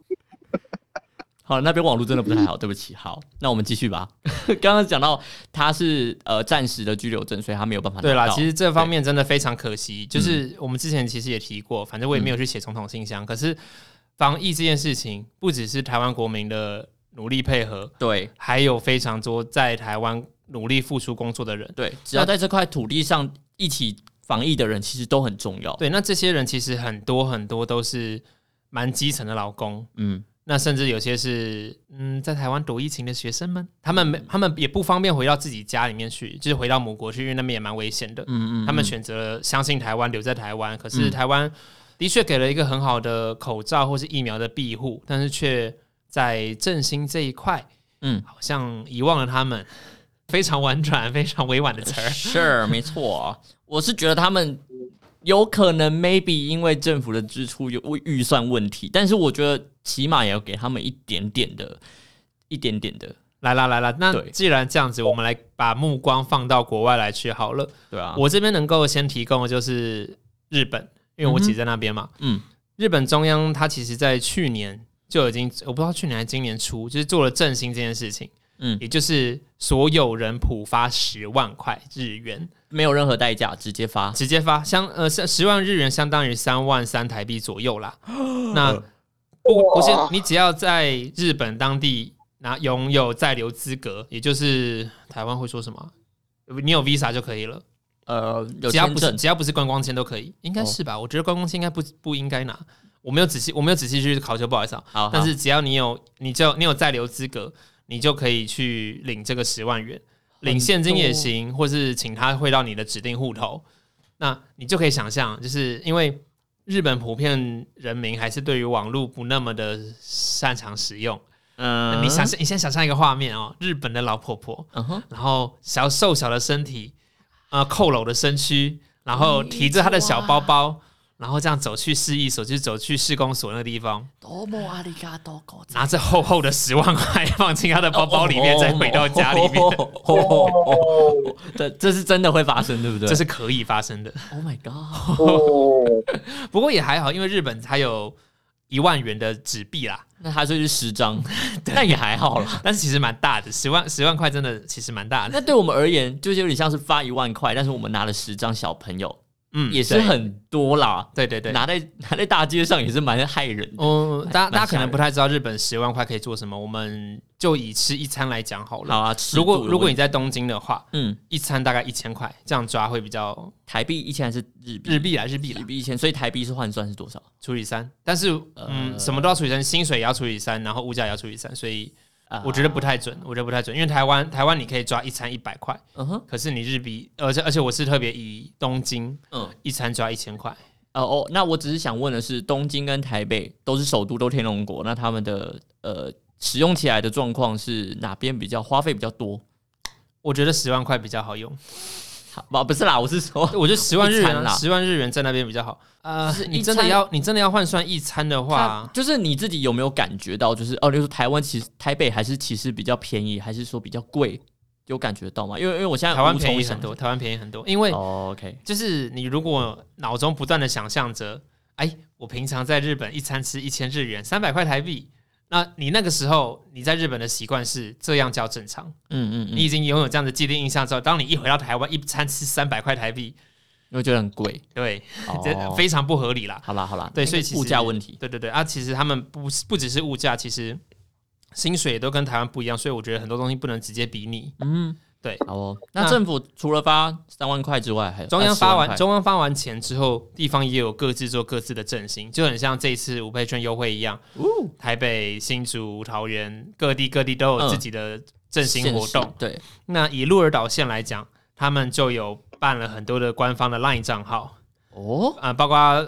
[SPEAKER 2] 好，那边网络真的不太好，对不起。好，那我们继续吧。 刚刚讲到他是呃暂时的居留证，所以他没有办法拿
[SPEAKER 3] 对啦，
[SPEAKER 2] 到
[SPEAKER 3] 其实这方面真的非常可惜。就是我们之前其实也提过，反正我也没有去写总统信箱。可是防疫这件事情，不只是台湾国民的努力配合，
[SPEAKER 2] 对
[SPEAKER 3] 还有非常多在台湾努力付出工作的人。
[SPEAKER 2] 对，只要在这块土地上一起防疫的人，其实都很重要。
[SPEAKER 3] 对，那这些人其实很多很多都是蛮基层的劳工，
[SPEAKER 2] 嗯，
[SPEAKER 3] 那甚至有些是嗯在台湾躲疫情的学生们，他们没他们也不方便回到自己家里面去，就是回到母国去，因为那边也蛮危险的。
[SPEAKER 2] 嗯嗯嗯，
[SPEAKER 3] 他们选择了相信台湾，留在台湾，可是
[SPEAKER 2] 嗯
[SPEAKER 3] 台湾的确给了一个很好的口罩或是疫苗的庇护，但是却在振兴这一块，
[SPEAKER 2] 嗯
[SPEAKER 3] 好像遗忘了他们。非常婉转、非常委婉的 词儿，
[SPEAKER 2] 是没错，啊我是觉得他们有可能 maybe 因为政府的支出有预算问题，但是我觉得起码也要给他们一点点的，一点点的，
[SPEAKER 3] 来啦来啦，那
[SPEAKER 2] 对
[SPEAKER 3] 既然这样子，我们来把目光放到国外来去好了。
[SPEAKER 2] 对啊，
[SPEAKER 3] 我这边能够先提供的就是日本，因为我
[SPEAKER 2] 嗯哼
[SPEAKER 3] 姐在那边嘛。
[SPEAKER 2] 嗯
[SPEAKER 3] 日本中央它其实在去年就已经，我不知道去年还是今年初，就是做了振兴这件事情，
[SPEAKER 2] 嗯，
[SPEAKER 3] 也就是所有人普发十万块日元，
[SPEAKER 2] 没有任何代价，直接发，
[SPEAKER 3] 直接发相呃相十万日元相当于三万三台币左 右啦。那不不是
[SPEAKER 1] 哇
[SPEAKER 3] 你只要在日本当地拿拥有在留资格，也就是台湾会说什么啊？你有 Visa 就可以了，
[SPEAKER 2] 呃，有
[SPEAKER 3] 只要
[SPEAKER 2] 签
[SPEAKER 3] 不是
[SPEAKER 2] 证，哦
[SPEAKER 3] 只要不是观光签都可以，应该是吧？我觉得观光签应该不不应该拿。我没有仔细，我没有仔细去考究，不好意思啊。
[SPEAKER 2] 好，
[SPEAKER 3] 但
[SPEAKER 2] 好
[SPEAKER 3] 是只要你有，你就你有在留资格，你就可以去领这个十万
[SPEAKER 2] 哦
[SPEAKER 3] 元，领现金也行，或是请他汇到你的指定户头。那你就可以想象，就是因为日本普遍人民还是对于网络不那么的擅长使用。那
[SPEAKER 2] 嗯，
[SPEAKER 3] 你想象，你先想象一个画面哦，日本的老婆婆，
[SPEAKER 2] 嗯哼，
[SPEAKER 3] 然后小瘦小的身体，呃，佝偻的身躯，然后提着她的小包包，然后这样走去市役所，就走去市公所那个地方，
[SPEAKER 2] 多么阿里嘎多狗
[SPEAKER 3] 拿着厚厚的十万块 放进他的包包里
[SPEAKER 2] 哦
[SPEAKER 3] 面，再回到家里面，
[SPEAKER 2] 面。这这是真的会发生，对不对？
[SPEAKER 3] 这是可以发生的。
[SPEAKER 2] Oh my God！
[SPEAKER 1] 哦，
[SPEAKER 3] 不过也还好，因为日本它有一万元的纸币啦，
[SPEAKER 2] 那他就是十张，那也还好啦。
[SPEAKER 3] 但是其实蛮大的，十万十万块真的其实蛮大的。
[SPEAKER 2] 那对我们而言，就是有点像是发一万块，但是我们拿了十张小朋友，
[SPEAKER 3] 嗯
[SPEAKER 2] 也是很多啦。
[SPEAKER 3] 对对对。对
[SPEAKER 2] 拿在拿在大街上也是蛮害人的。
[SPEAKER 3] 嗯，大家
[SPEAKER 2] 蛮
[SPEAKER 3] 大家可
[SPEAKER 2] 吓
[SPEAKER 3] 能
[SPEAKER 2] 人
[SPEAKER 3] 不太知道日本十万块可以做什么，我们就以吃一餐来讲好了。
[SPEAKER 2] 好啊，尺
[SPEAKER 3] 如
[SPEAKER 2] 度
[SPEAKER 3] 果
[SPEAKER 2] 的
[SPEAKER 3] 如果
[SPEAKER 2] 问
[SPEAKER 3] 你在东京的话，
[SPEAKER 2] 嗯，
[SPEAKER 3] 一餐大概一千块，这样抓会比较
[SPEAKER 2] 台币一千还是日币？
[SPEAKER 3] 日币啦，日币啦
[SPEAKER 2] 日，币一千，所以台币是换算是多少？
[SPEAKER 3] 除以三。但是嗯，
[SPEAKER 2] 呃
[SPEAKER 3] 什么都要除以三，薪水也要除以三，然后物价也要除以三，所以
[SPEAKER 2] 啊
[SPEAKER 3] 我觉得不太准，我觉得不太准，因为台湾台湾你可以抓一餐一百块，
[SPEAKER 2] 嗯哼，
[SPEAKER 3] 可是你日币，而且而且我是特别以东京
[SPEAKER 2] 嗯，
[SPEAKER 3] 一餐抓一千块，
[SPEAKER 2] 哦哦，那我只是想问的是，东京跟台北都是首都，都天龙国，那他们的呃使用起来的状况是哪边比较花费比较多？
[SPEAKER 3] 我觉得十万块比较好用，
[SPEAKER 2] 好不不是啦，我是说，
[SPEAKER 3] 我觉得十万日
[SPEAKER 2] 哦一餐
[SPEAKER 3] 元啊
[SPEAKER 2] 啦
[SPEAKER 3] 十万日元在那边比较好。呃
[SPEAKER 2] 就是，一
[SPEAKER 3] 你真的
[SPEAKER 2] 餐
[SPEAKER 3] 要你真的要换算一餐的
[SPEAKER 2] 它
[SPEAKER 3] 话，
[SPEAKER 2] 就是你自己有没有感觉到，就是哦，例如说台湾其实台北还是其实比较便宜，还是说比较贵，有感觉到吗？因为因为我现在
[SPEAKER 3] 台湾
[SPEAKER 2] 无从
[SPEAKER 3] 便宜
[SPEAKER 2] 想
[SPEAKER 3] 很多，台湾便宜很多，因为
[SPEAKER 2] 哦，OK，
[SPEAKER 3] 就是你如果脑中不断的想象着，哎，我平常在日本一餐吃一千日元，三百块台币，那你那个时候你在日本的习惯是这样叫正常，
[SPEAKER 2] 嗯嗯
[SPEAKER 3] 你
[SPEAKER 2] 嗯，
[SPEAKER 3] 已经拥有这样的既定印象之后，当你一回到台湾，一餐吃三百块台币，
[SPEAKER 2] 因为觉得很贵。
[SPEAKER 3] 对， 这
[SPEAKER 2] 哦，
[SPEAKER 3] 非常不合理啦。
[SPEAKER 2] 好啦好啦，
[SPEAKER 3] 对
[SPEAKER 2] 那个
[SPEAKER 3] 所以其实
[SPEAKER 2] 物价问题，
[SPEAKER 3] 对对对啊，其实他们不是不只是物价，其实薪水也都跟台湾不一样，所以我觉得很多东西不能直接比拟。
[SPEAKER 2] 嗯，
[SPEAKER 3] 对
[SPEAKER 2] 好哦。那
[SPEAKER 3] 那
[SPEAKER 2] 政府除了发三万块之外，还有
[SPEAKER 3] 中央发
[SPEAKER 2] 10万
[SPEAKER 3] 完
[SPEAKER 2] 块
[SPEAKER 3] 中央发完钱之后，地方也有各自做各自的振兴，就很像这一次五倍券优惠一样，台北、新竹、桃园各地各地都有自己的振兴活
[SPEAKER 2] 现
[SPEAKER 3] 动。
[SPEAKER 2] 实对，
[SPEAKER 3] 那以鹿儿岛县来讲，他们就有办了很多的官方的 LINE 账号，
[SPEAKER 2] 哦，
[SPEAKER 3] 啊、包括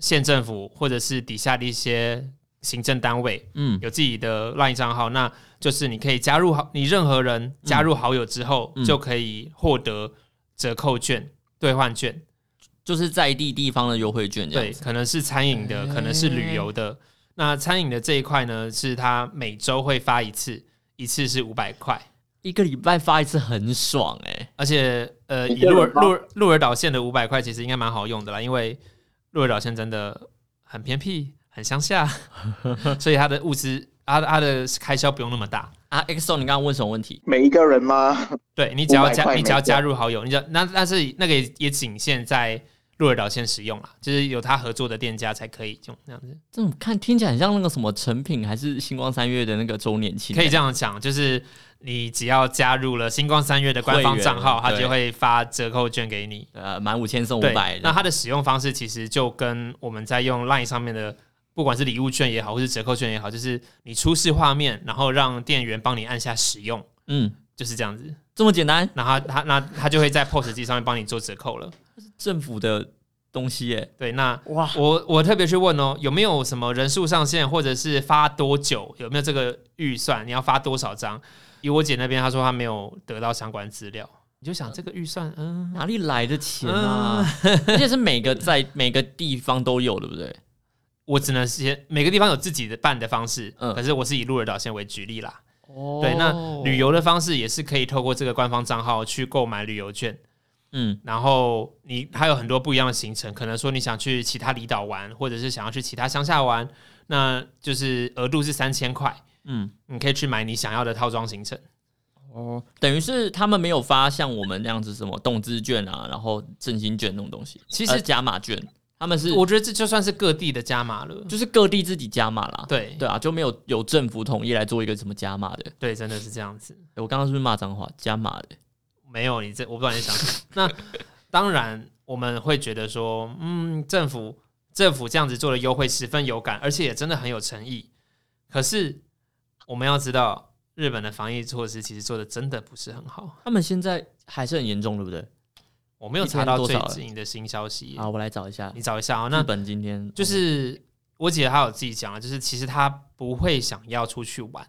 [SPEAKER 3] 县政府或者是底下的一些行政单位，
[SPEAKER 2] 嗯，
[SPEAKER 3] 有自己的 LINE 账号，那就是你可以加入好，你任何人加入好友之后，
[SPEAKER 2] 嗯
[SPEAKER 3] 就可以获得折扣券、兑换券，
[SPEAKER 2] 就是在地地方的优惠券这
[SPEAKER 3] 对，
[SPEAKER 2] 样子。
[SPEAKER 3] 可能是餐饮的，
[SPEAKER 2] 哎
[SPEAKER 3] 可能是旅游的。那餐饮的这一块呢，是它每周会发一次，一次是五百块，
[SPEAKER 2] 一个礼拜发一次很爽哎、
[SPEAKER 3] 而且呃，
[SPEAKER 1] 你
[SPEAKER 3] 以
[SPEAKER 1] 这
[SPEAKER 3] 鹿
[SPEAKER 1] 么
[SPEAKER 3] 儿
[SPEAKER 1] 棒
[SPEAKER 3] 鹿儿鹿儿岛县的五百块其实应该蛮好用的啦，因为鹿儿岛县真的很偏僻，很乡 下，所以它的物资，它的它的开销不用那么大。
[SPEAKER 2] 啊，XO，你刚刚问什么问题？
[SPEAKER 1] 每一个人吗？
[SPEAKER 3] 对你只要
[SPEAKER 1] 500
[SPEAKER 3] 加
[SPEAKER 1] 块
[SPEAKER 3] 你只要
[SPEAKER 1] 没错
[SPEAKER 3] 加入好友，你只要那但是那个也也仅限在鹿儿岛县使用啦，就是有他合作的店家才可以用这样子，
[SPEAKER 2] 这种看听起来很像那个什么成品还是星光三月的那个周年庆，欸
[SPEAKER 3] 可以这样讲，就是你只要加入了星光三月的官方账号，
[SPEAKER 2] 会
[SPEAKER 3] 他
[SPEAKER 2] 员
[SPEAKER 3] 就会发折扣券给你。
[SPEAKER 2] 呃，满五千送五
[SPEAKER 3] 对
[SPEAKER 2] 百，，
[SPEAKER 3] 那它的使用方式其实就跟我们在用 LINE 上面的，不管是礼物券也好，或是折扣券也好，就是你出示画面，然后让店员帮你按下使用，
[SPEAKER 2] 嗯，
[SPEAKER 3] 就是这样子。
[SPEAKER 2] 这么简单，
[SPEAKER 3] 然后他那他就会在 POS 机上面帮你做折扣了。
[SPEAKER 2] 政府的东西耶、
[SPEAKER 3] 对，那
[SPEAKER 2] 哇，
[SPEAKER 3] 我我特别去问哦，有没有什么人数上限，或者是发多久，有没有这个预算？你要发多少张？以我姐那边，她说她没有得到相关资料。你就想这个预算，嗯，
[SPEAKER 2] 哪里来的钱啊？ 而且是每个在每个地方都有，对不对？
[SPEAKER 3] 我只能先每个地方有自己的办的方式，
[SPEAKER 2] 嗯
[SPEAKER 3] 可是我是以鹿儿岛县为举例啦。
[SPEAKER 2] 哦
[SPEAKER 3] 对，那旅，游的方式也是可以透过这个官方账号去购买旅游券，
[SPEAKER 2] 嗯
[SPEAKER 3] 然后你还有很多不一样的行程，可能说你想去其他离岛玩，或者是想要去其他乡下玩，那就是额度是三千块。
[SPEAKER 2] 嗯，
[SPEAKER 3] 你可以去买你想要的套装行程。
[SPEAKER 2] 哦，等于是他们没有发像我们那样子什么动资券啊，然后振兴券那种东西，其
[SPEAKER 3] 其实
[SPEAKER 2] 实加码券，他们是
[SPEAKER 3] 我觉得这就算是各地的加码了。
[SPEAKER 2] 就是各地自己加码啦。
[SPEAKER 3] 对
[SPEAKER 2] 对啊，就没有有政府统一来做一个什么加码的。
[SPEAKER 3] 对，真的是这样子。
[SPEAKER 2] 诶我刚刚是不是骂脏话？加码的，
[SPEAKER 3] 没有你这， 我不知道你在想什么。那当然，我们会觉得说，嗯，政府政府这样子做的优惠十分有感，而且也真的很有诚意。可是我们要知道，日本的防疫措施其实做的真的不是很好。
[SPEAKER 2] 他们现在还是很严重，对不对？
[SPEAKER 3] 我没有查到最近的新消息耶
[SPEAKER 2] 啊，我来找一下。
[SPEAKER 3] 你找一下啊。
[SPEAKER 2] 日
[SPEAKER 3] 那
[SPEAKER 2] 本今天哦
[SPEAKER 3] 就是我姐她有自己讲了，就是其实她不会想要出去玩，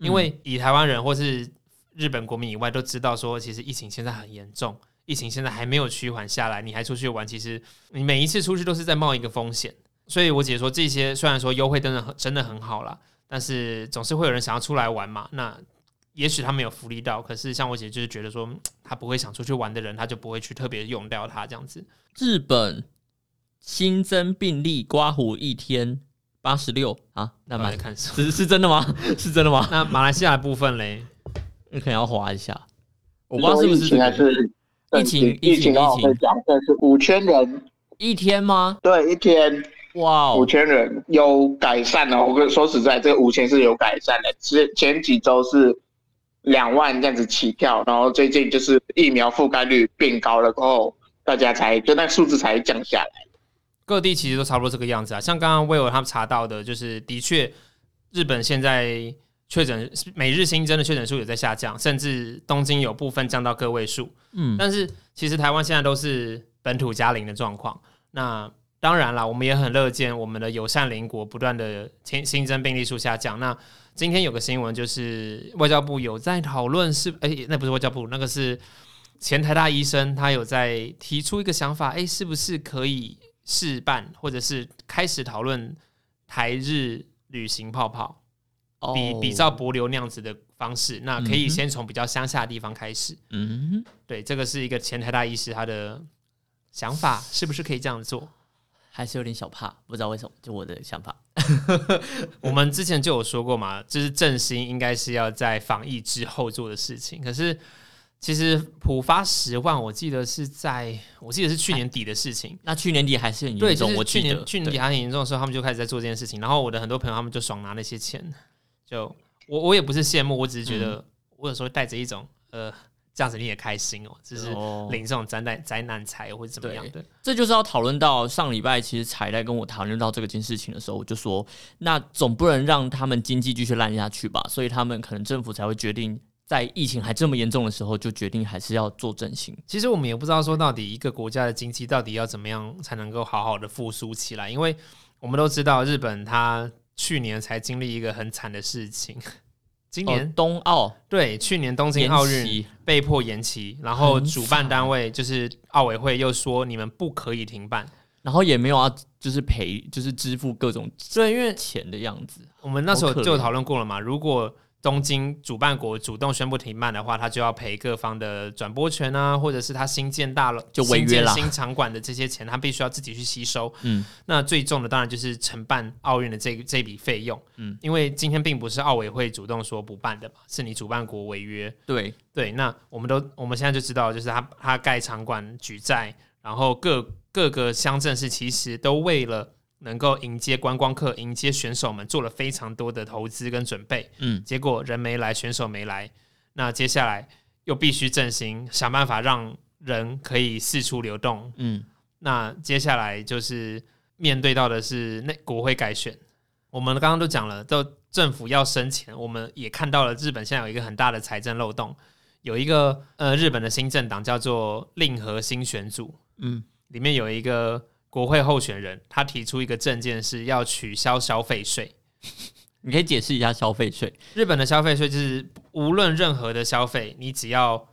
[SPEAKER 2] 嗯
[SPEAKER 3] 因为以台湾人或是日本国民以外都知道说，其实疫情现在很严重，疫情现在还没有趋缓下来，你还出去玩，其实你每一次出去都是在冒一个风险。所以我姐说，这些虽然说优惠真的很真的很好啦，但是总是会有人想要出来玩嘛。那也许他们有福利到，可是像我姐就是觉得说，嗯她不会想出去玩的人，她就不会去特别用掉它这样子。
[SPEAKER 2] 日本新增病例刮胡一天八十六啊，那
[SPEAKER 3] 我来
[SPEAKER 2] 蛮
[SPEAKER 3] 看什么？
[SPEAKER 2] 是是真的吗？ 是真的吗？
[SPEAKER 3] 那马来西亚的部分嘞，
[SPEAKER 2] 你可能要划一下， 我
[SPEAKER 1] 我
[SPEAKER 2] 不知道是不是这
[SPEAKER 1] 还
[SPEAKER 2] 个
[SPEAKER 1] 是
[SPEAKER 2] 疫情
[SPEAKER 1] 疫
[SPEAKER 2] 疫情
[SPEAKER 1] 情的话，我
[SPEAKER 2] 疫情
[SPEAKER 1] 会讲，这是五千人，
[SPEAKER 2] 一天吗？
[SPEAKER 1] 对，一天
[SPEAKER 2] 哇
[SPEAKER 1] 五
[SPEAKER 2] 哦，
[SPEAKER 1] 千人有改善哦。我跟说实在，这五千是有改善的，之前几周是两万这样子起跳，然后最近就是疫苗覆盖率变高了过后，大家才就那数字才降下来。
[SPEAKER 3] 各地其实都差不多这个样子啊。像刚刚 Will 他们查到的，就是的确日本现在确诊每日新增的确诊数有在下降，甚至东京有部分降到个位数。
[SPEAKER 2] 嗯，
[SPEAKER 3] 但是其实台湾现在都是本土加零的状况。那当然啦，我们也很乐见我们的友善邻国不断的新新增病例数下降。那今天有个新闻就是外交部有在讨论是，哎、那不是外交部，那个是前台大医生，他有在提出一个想法，哎、是不是可以试办，或者是开始讨论台日旅行泡泡？
[SPEAKER 2] 哦
[SPEAKER 3] 比比照博流那样子的方式，那可
[SPEAKER 2] 嗯
[SPEAKER 3] 以
[SPEAKER 2] 哼
[SPEAKER 3] 先从比较乡下的地方开始。
[SPEAKER 2] 嗯，
[SPEAKER 3] 对，这个是一个前台大医师他的想法，是不是可以这样做？
[SPEAKER 2] 还是有点小怕，不知道为什么，就我的想法。
[SPEAKER 3] 我们之前就有说过嘛，就是振兴应该是要在防疫之后做的事情。可是其实普发十万，我记得是在我记得是去年底的事情。
[SPEAKER 2] 那去年底还是很
[SPEAKER 3] 对，
[SPEAKER 2] 严
[SPEAKER 3] 就
[SPEAKER 2] 重，
[SPEAKER 3] 是
[SPEAKER 2] 我
[SPEAKER 3] 去
[SPEAKER 2] 记得
[SPEAKER 3] 年去年底
[SPEAKER 2] 对
[SPEAKER 3] 还很严重的时候，他们就开始在做这件事情。然后我的很多朋友他们就爽拿那些钱，就我我也不是羡慕，我只是觉
[SPEAKER 2] 嗯
[SPEAKER 3] 得、我有时候带着一种呃这样子你也开心哦，就是
[SPEAKER 2] 哦
[SPEAKER 3] 领这种灾难灾难财或者怎么样的。
[SPEAKER 2] 这就是要讨论到上礼拜，其实才在跟我讨论到这个件事情的时候，我就说，那总不能让他们经济继续烂下去吧，所以他们可能政府才会决定，在疫情还这么严重的时候，就决定还是要做振兴。
[SPEAKER 3] 其实我们也不知道说到底一个国家的经济到底要怎么样才能够好好的复苏起来，因为我们都知道日本它去年才经历一个很惨的事情， 今年、
[SPEAKER 2] 哦、冬奥、
[SPEAKER 3] 对去年东京
[SPEAKER 2] 延
[SPEAKER 3] 奥运
[SPEAKER 2] 期，
[SPEAKER 3] 被迫延期，然后
[SPEAKER 2] 很
[SPEAKER 3] 主办
[SPEAKER 2] 烦
[SPEAKER 3] 单位就是奥委会又说你们不可以停办。
[SPEAKER 2] 然后也没有要就是赔，就是支付各种
[SPEAKER 3] 对，因为
[SPEAKER 2] 钱的样子。
[SPEAKER 3] 我们那时候
[SPEAKER 2] 好可怜
[SPEAKER 3] 就有讨论过了嘛，如果东京主办国主动宣布停办的话，他就要赔各方的转播权啊，或者是他新建大楼、
[SPEAKER 2] 就违约
[SPEAKER 3] 新建
[SPEAKER 2] 啦
[SPEAKER 3] 新场馆的这些钱，他必须要自己去吸收。
[SPEAKER 2] 嗯，
[SPEAKER 3] 那最重的当然就是承办奥运的这这笔费用。
[SPEAKER 2] 嗯，
[SPEAKER 3] 因为今天并不是奥委会主动说不办的嘛，是你主办国违约。
[SPEAKER 2] 对，
[SPEAKER 3] 对，那我们都我们现在就知道，就是他他盖场馆举债，然后各各个乡镇市其实都为了能够迎接观光客、迎接选手们，做了非常多的投资跟准备。
[SPEAKER 2] 嗯，
[SPEAKER 3] 结果人没来，选手没来，那接下来又必须振兴，想办法让人可以四处流动。
[SPEAKER 2] 嗯，
[SPEAKER 3] 那接下来就是面对到的是那国会改选，我们刚刚都讲了，都政府要生钱，我们也看到了日本现在有一个很大的财政漏洞，有一个呃日本的新政党叫做令和新选组，
[SPEAKER 2] 嗯，
[SPEAKER 3] 里面有一个国会候选人，他提出一个政见是要取消消费税。
[SPEAKER 2] 你可以解释一下消费税。
[SPEAKER 3] 日本的消费税就是无论任何的消费，你只要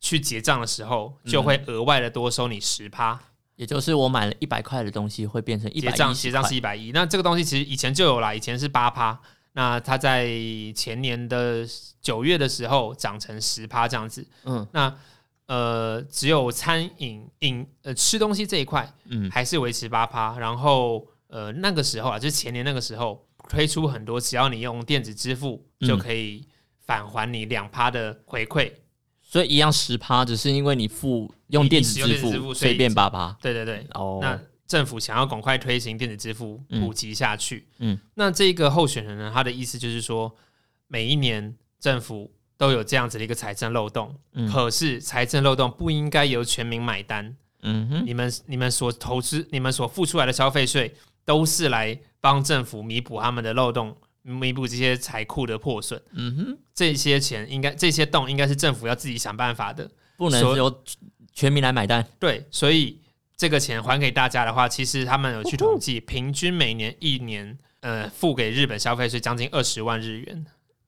[SPEAKER 3] 去结账的时候，就会额外的多收你十趴。
[SPEAKER 2] 也就是我买了一百块的东西，会变成一
[SPEAKER 3] 结
[SPEAKER 2] 百
[SPEAKER 3] 账结账是一百一。那这个东西其实以前就有啦，以前是八趴，那它在前年的九月的时候涨成十趴这样子。
[SPEAKER 2] 嗯
[SPEAKER 3] 那呃，只有餐饮饮呃吃东西这一块
[SPEAKER 2] 嗯
[SPEAKER 3] 还是维持八趴，然后呃那个时候啊，就是前年那个时候推出很多，只要你用电子支付
[SPEAKER 2] 嗯
[SPEAKER 3] 就可以返还你两趴的回馈。
[SPEAKER 2] 所以一样十趴，只是因为你付用电子
[SPEAKER 3] 你
[SPEAKER 2] 支
[SPEAKER 3] 使用电子支
[SPEAKER 2] 付，
[SPEAKER 3] 付
[SPEAKER 2] 所
[SPEAKER 3] 所以
[SPEAKER 2] 以变八趴。
[SPEAKER 3] 对对对，
[SPEAKER 2] 哦，
[SPEAKER 3] 那政府想要赶快推行电子支付
[SPEAKER 2] 嗯
[SPEAKER 3] 普及下去，
[SPEAKER 2] 嗯
[SPEAKER 3] 那这个候选人呢，他的意思就是说，每一年政府都有这样子的一个财政漏洞，
[SPEAKER 2] 嗯
[SPEAKER 3] 可是财政漏洞不应该由全民买单，
[SPEAKER 2] 嗯哼，
[SPEAKER 3] 你们你们所投资、你们所付出来的消费税，都是来帮政府弥补他们的漏洞，弥补这些财库的破损。
[SPEAKER 2] 嗯哼，
[SPEAKER 3] 这些钱应该，这些洞应该是政府要自己想办法的。
[SPEAKER 2] 不能
[SPEAKER 3] 所
[SPEAKER 2] 由全民来买单。
[SPEAKER 3] 对，所以这个钱还给大家的话，其实他们有去统计，平均每年一年，呃，付给日本消费税将近二十万日元。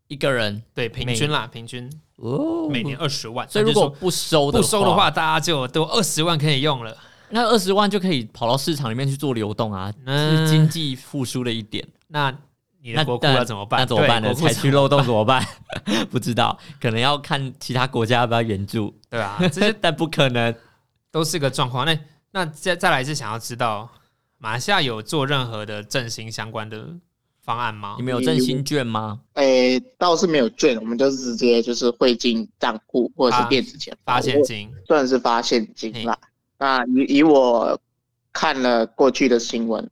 [SPEAKER 2] 一个人
[SPEAKER 3] 对，平均啦，平均
[SPEAKER 2] 哦
[SPEAKER 3] 每年二十万。
[SPEAKER 2] 所以如
[SPEAKER 3] 那
[SPEAKER 2] 果
[SPEAKER 3] 就是
[SPEAKER 2] 不收
[SPEAKER 3] 说
[SPEAKER 2] 的
[SPEAKER 3] 不收的话，，大家就都二十万可以用了。
[SPEAKER 2] 那二十万就可以跑到市场里面去做流动啊，
[SPEAKER 3] 嗯
[SPEAKER 2] 是经济复苏的一点。
[SPEAKER 3] 那你
[SPEAKER 2] 那
[SPEAKER 3] 的国库
[SPEAKER 2] 但
[SPEAKER 3] 要怎么办？
[SPEAKER 2] 那怎么办
[SPEAKER 3] 对
[SPEAKER 2] 呢？
[SPEAKER 3] 国库
[SPEAKER 2] 采
[SPEAKER 3] 怎么
[SPEAKER 2] 取漏洞怎么办？ 不知道，可能要看其他国家要不要援助，
[SPEAKER 3] 对啊， 这些
[SPEAKER 2] 但不可能。
[SPEAKER 3] 都是个状况。那那再再来是想要知道，马来西亚有做任何的振兴相关的方案吗
[SPEAKER 2] 你？们有振兴券吗？
[SPEAKER 1] 诶、倒是没有券，我们就是直接就是汇进账户或
[SPEAKER 2] 啊
[SPEAKER 1] 者是电子钱包
[SPEAKER 3] 发现金
[SPEAKER 1] 算是发现金啦。那以以我看了过去的新闻，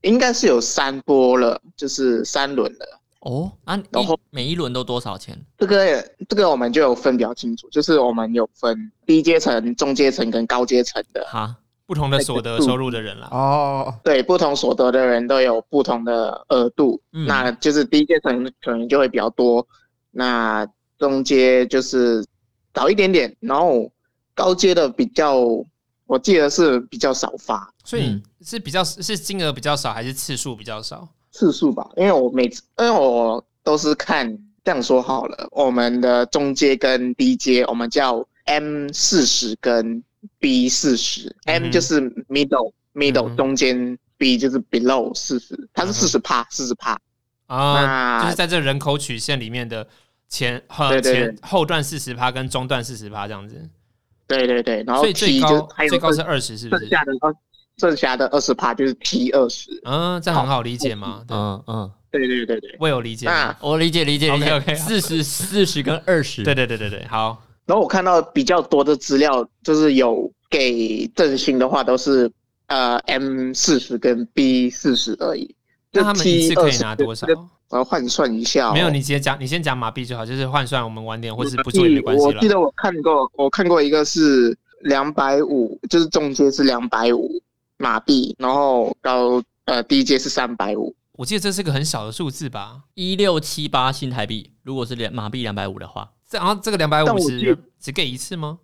[SPEAKER 1] 应该是有三波了，就是三轮了。
[SPEAKER 2] 哦，啊，一
[SPEAKER 1] 然后
[SPEAKER 2] 每一轮都多少钱？
[SPEAKER 1] 这个这个我们就有分比较清楚，就是我们有分低阶层、中阶层跟高阶层的。
[SPEAKER 2] 哈，
[SPEAKER 3] 不同的所得收入的人啦，
[SPEAKER 4] 哦，
[SPEAKER 1] 对，不同所得的人都有不同的额度，
[SPEAKER 2] 嗯
[SPEAKER 1] 那就是低阶层可能就会比较多，那中阶就是少一点点，然后高阶的比较，我记得是比较少发
[SPEAKER 3] 所以
[SPEAKER 2] 嗯
[SPEAKER 3] 是比较是金额比较少，还是次数比较少？
[SPEAKER 1] 次数吧，因为我每次因为我都是看这样说好了，我们的中阶跟低阶我们叫 M 四十跟 B 四十
[SPEAKER 3] 嗯
[SPEAKER 1] ，M 就是 middle middle、
[SPEAKER 3] 嗯哼
[SPEAKER 1] 中间，B 就是 below 四十，它
[SPEAKER 3] 嗯
[SPEAKER 1] 是
[SPEAKER 3] 哼
[SPEAKER 1] 四十趴四十趴。
[SPEAKER 3] 啊，
[SPEAKER 1] 那
[SPEAKER 3] 就是在这人口曲线里面的前和
[SPEAKER 1] 对对对
[SPEAKER 3] 前后段四十趴跟中段四十趴这样子，
[SPEAKER 1] 对对对，然后
[SPEAKER 3] 所以
[SPEAKER 1] T
[SPEAKER 3] 最
[SPEAKER 1] 就
[SPEAKER 3] 高
[SPEAKER 1] 还有
[SPEAKER 3] 最高是
[SPEAKER 1] 剩
[SPEAKER 3] 二十，是不
[SPEAKER 1] 剩
[SPEAKER 3] 是？
[SPEAKER 1] 下的二剩下的二十趴就是 T 二十。
[SPEAKER 3] 嗯，这很好理解吗？对，
[SPEAKER 2] 嗯嗯，
[SPEAKER 1] 对对对对。
[SPEAKER 3] 我有理解
[SPEAKER 1] 那
[SPEAKER 3] 吗。
[SPEAKER 2] 我理解理解理解，
[SPEAKER 3] OK，OK，好
[SPEAKER 2] 四十四十跟二十，
[SPEAKER 3] 对对对对对，好，
[SPEAKER 1] 然后我看到比较多的资料，就是有给振兴的话都是呃 M 四十跟 B 四十而已。
[SPEAKER 3] 那
[SPEAKER 1] 就
[SPEAKER 3] 他们
[SPEAKER 1] T
[SPEAKER 3] 一次可以
[SPEAKER 1] 20
[SPEAKER 3] 拿多少？
[SPEAKER 1] 我要换算一下、哦。
[SPEAKER 3] 没有，你直接讲，你先讲马币就好，就是换算我们晚点或是不做也没关系
[SPEAKER 1] 我记
[SPEAKER 3] 了。
[SPEAKER 1] 得我看过，我看过一个是两百五，就是中阶是两百五马币，然后高呃低阶是三百五。
[SPEAKER 3] 我记得这是个很小的数字吧？
[SPEAKER 2] 一六七八新台币，如果是两马币两百五的话，
[SPEAKER 3] 这然后这个两百
[SPEAKER 1] 但我
[SPEAKER 3] 五
[SPEAKER 1] 记
[SPEAKER 3] 十只给一次吗？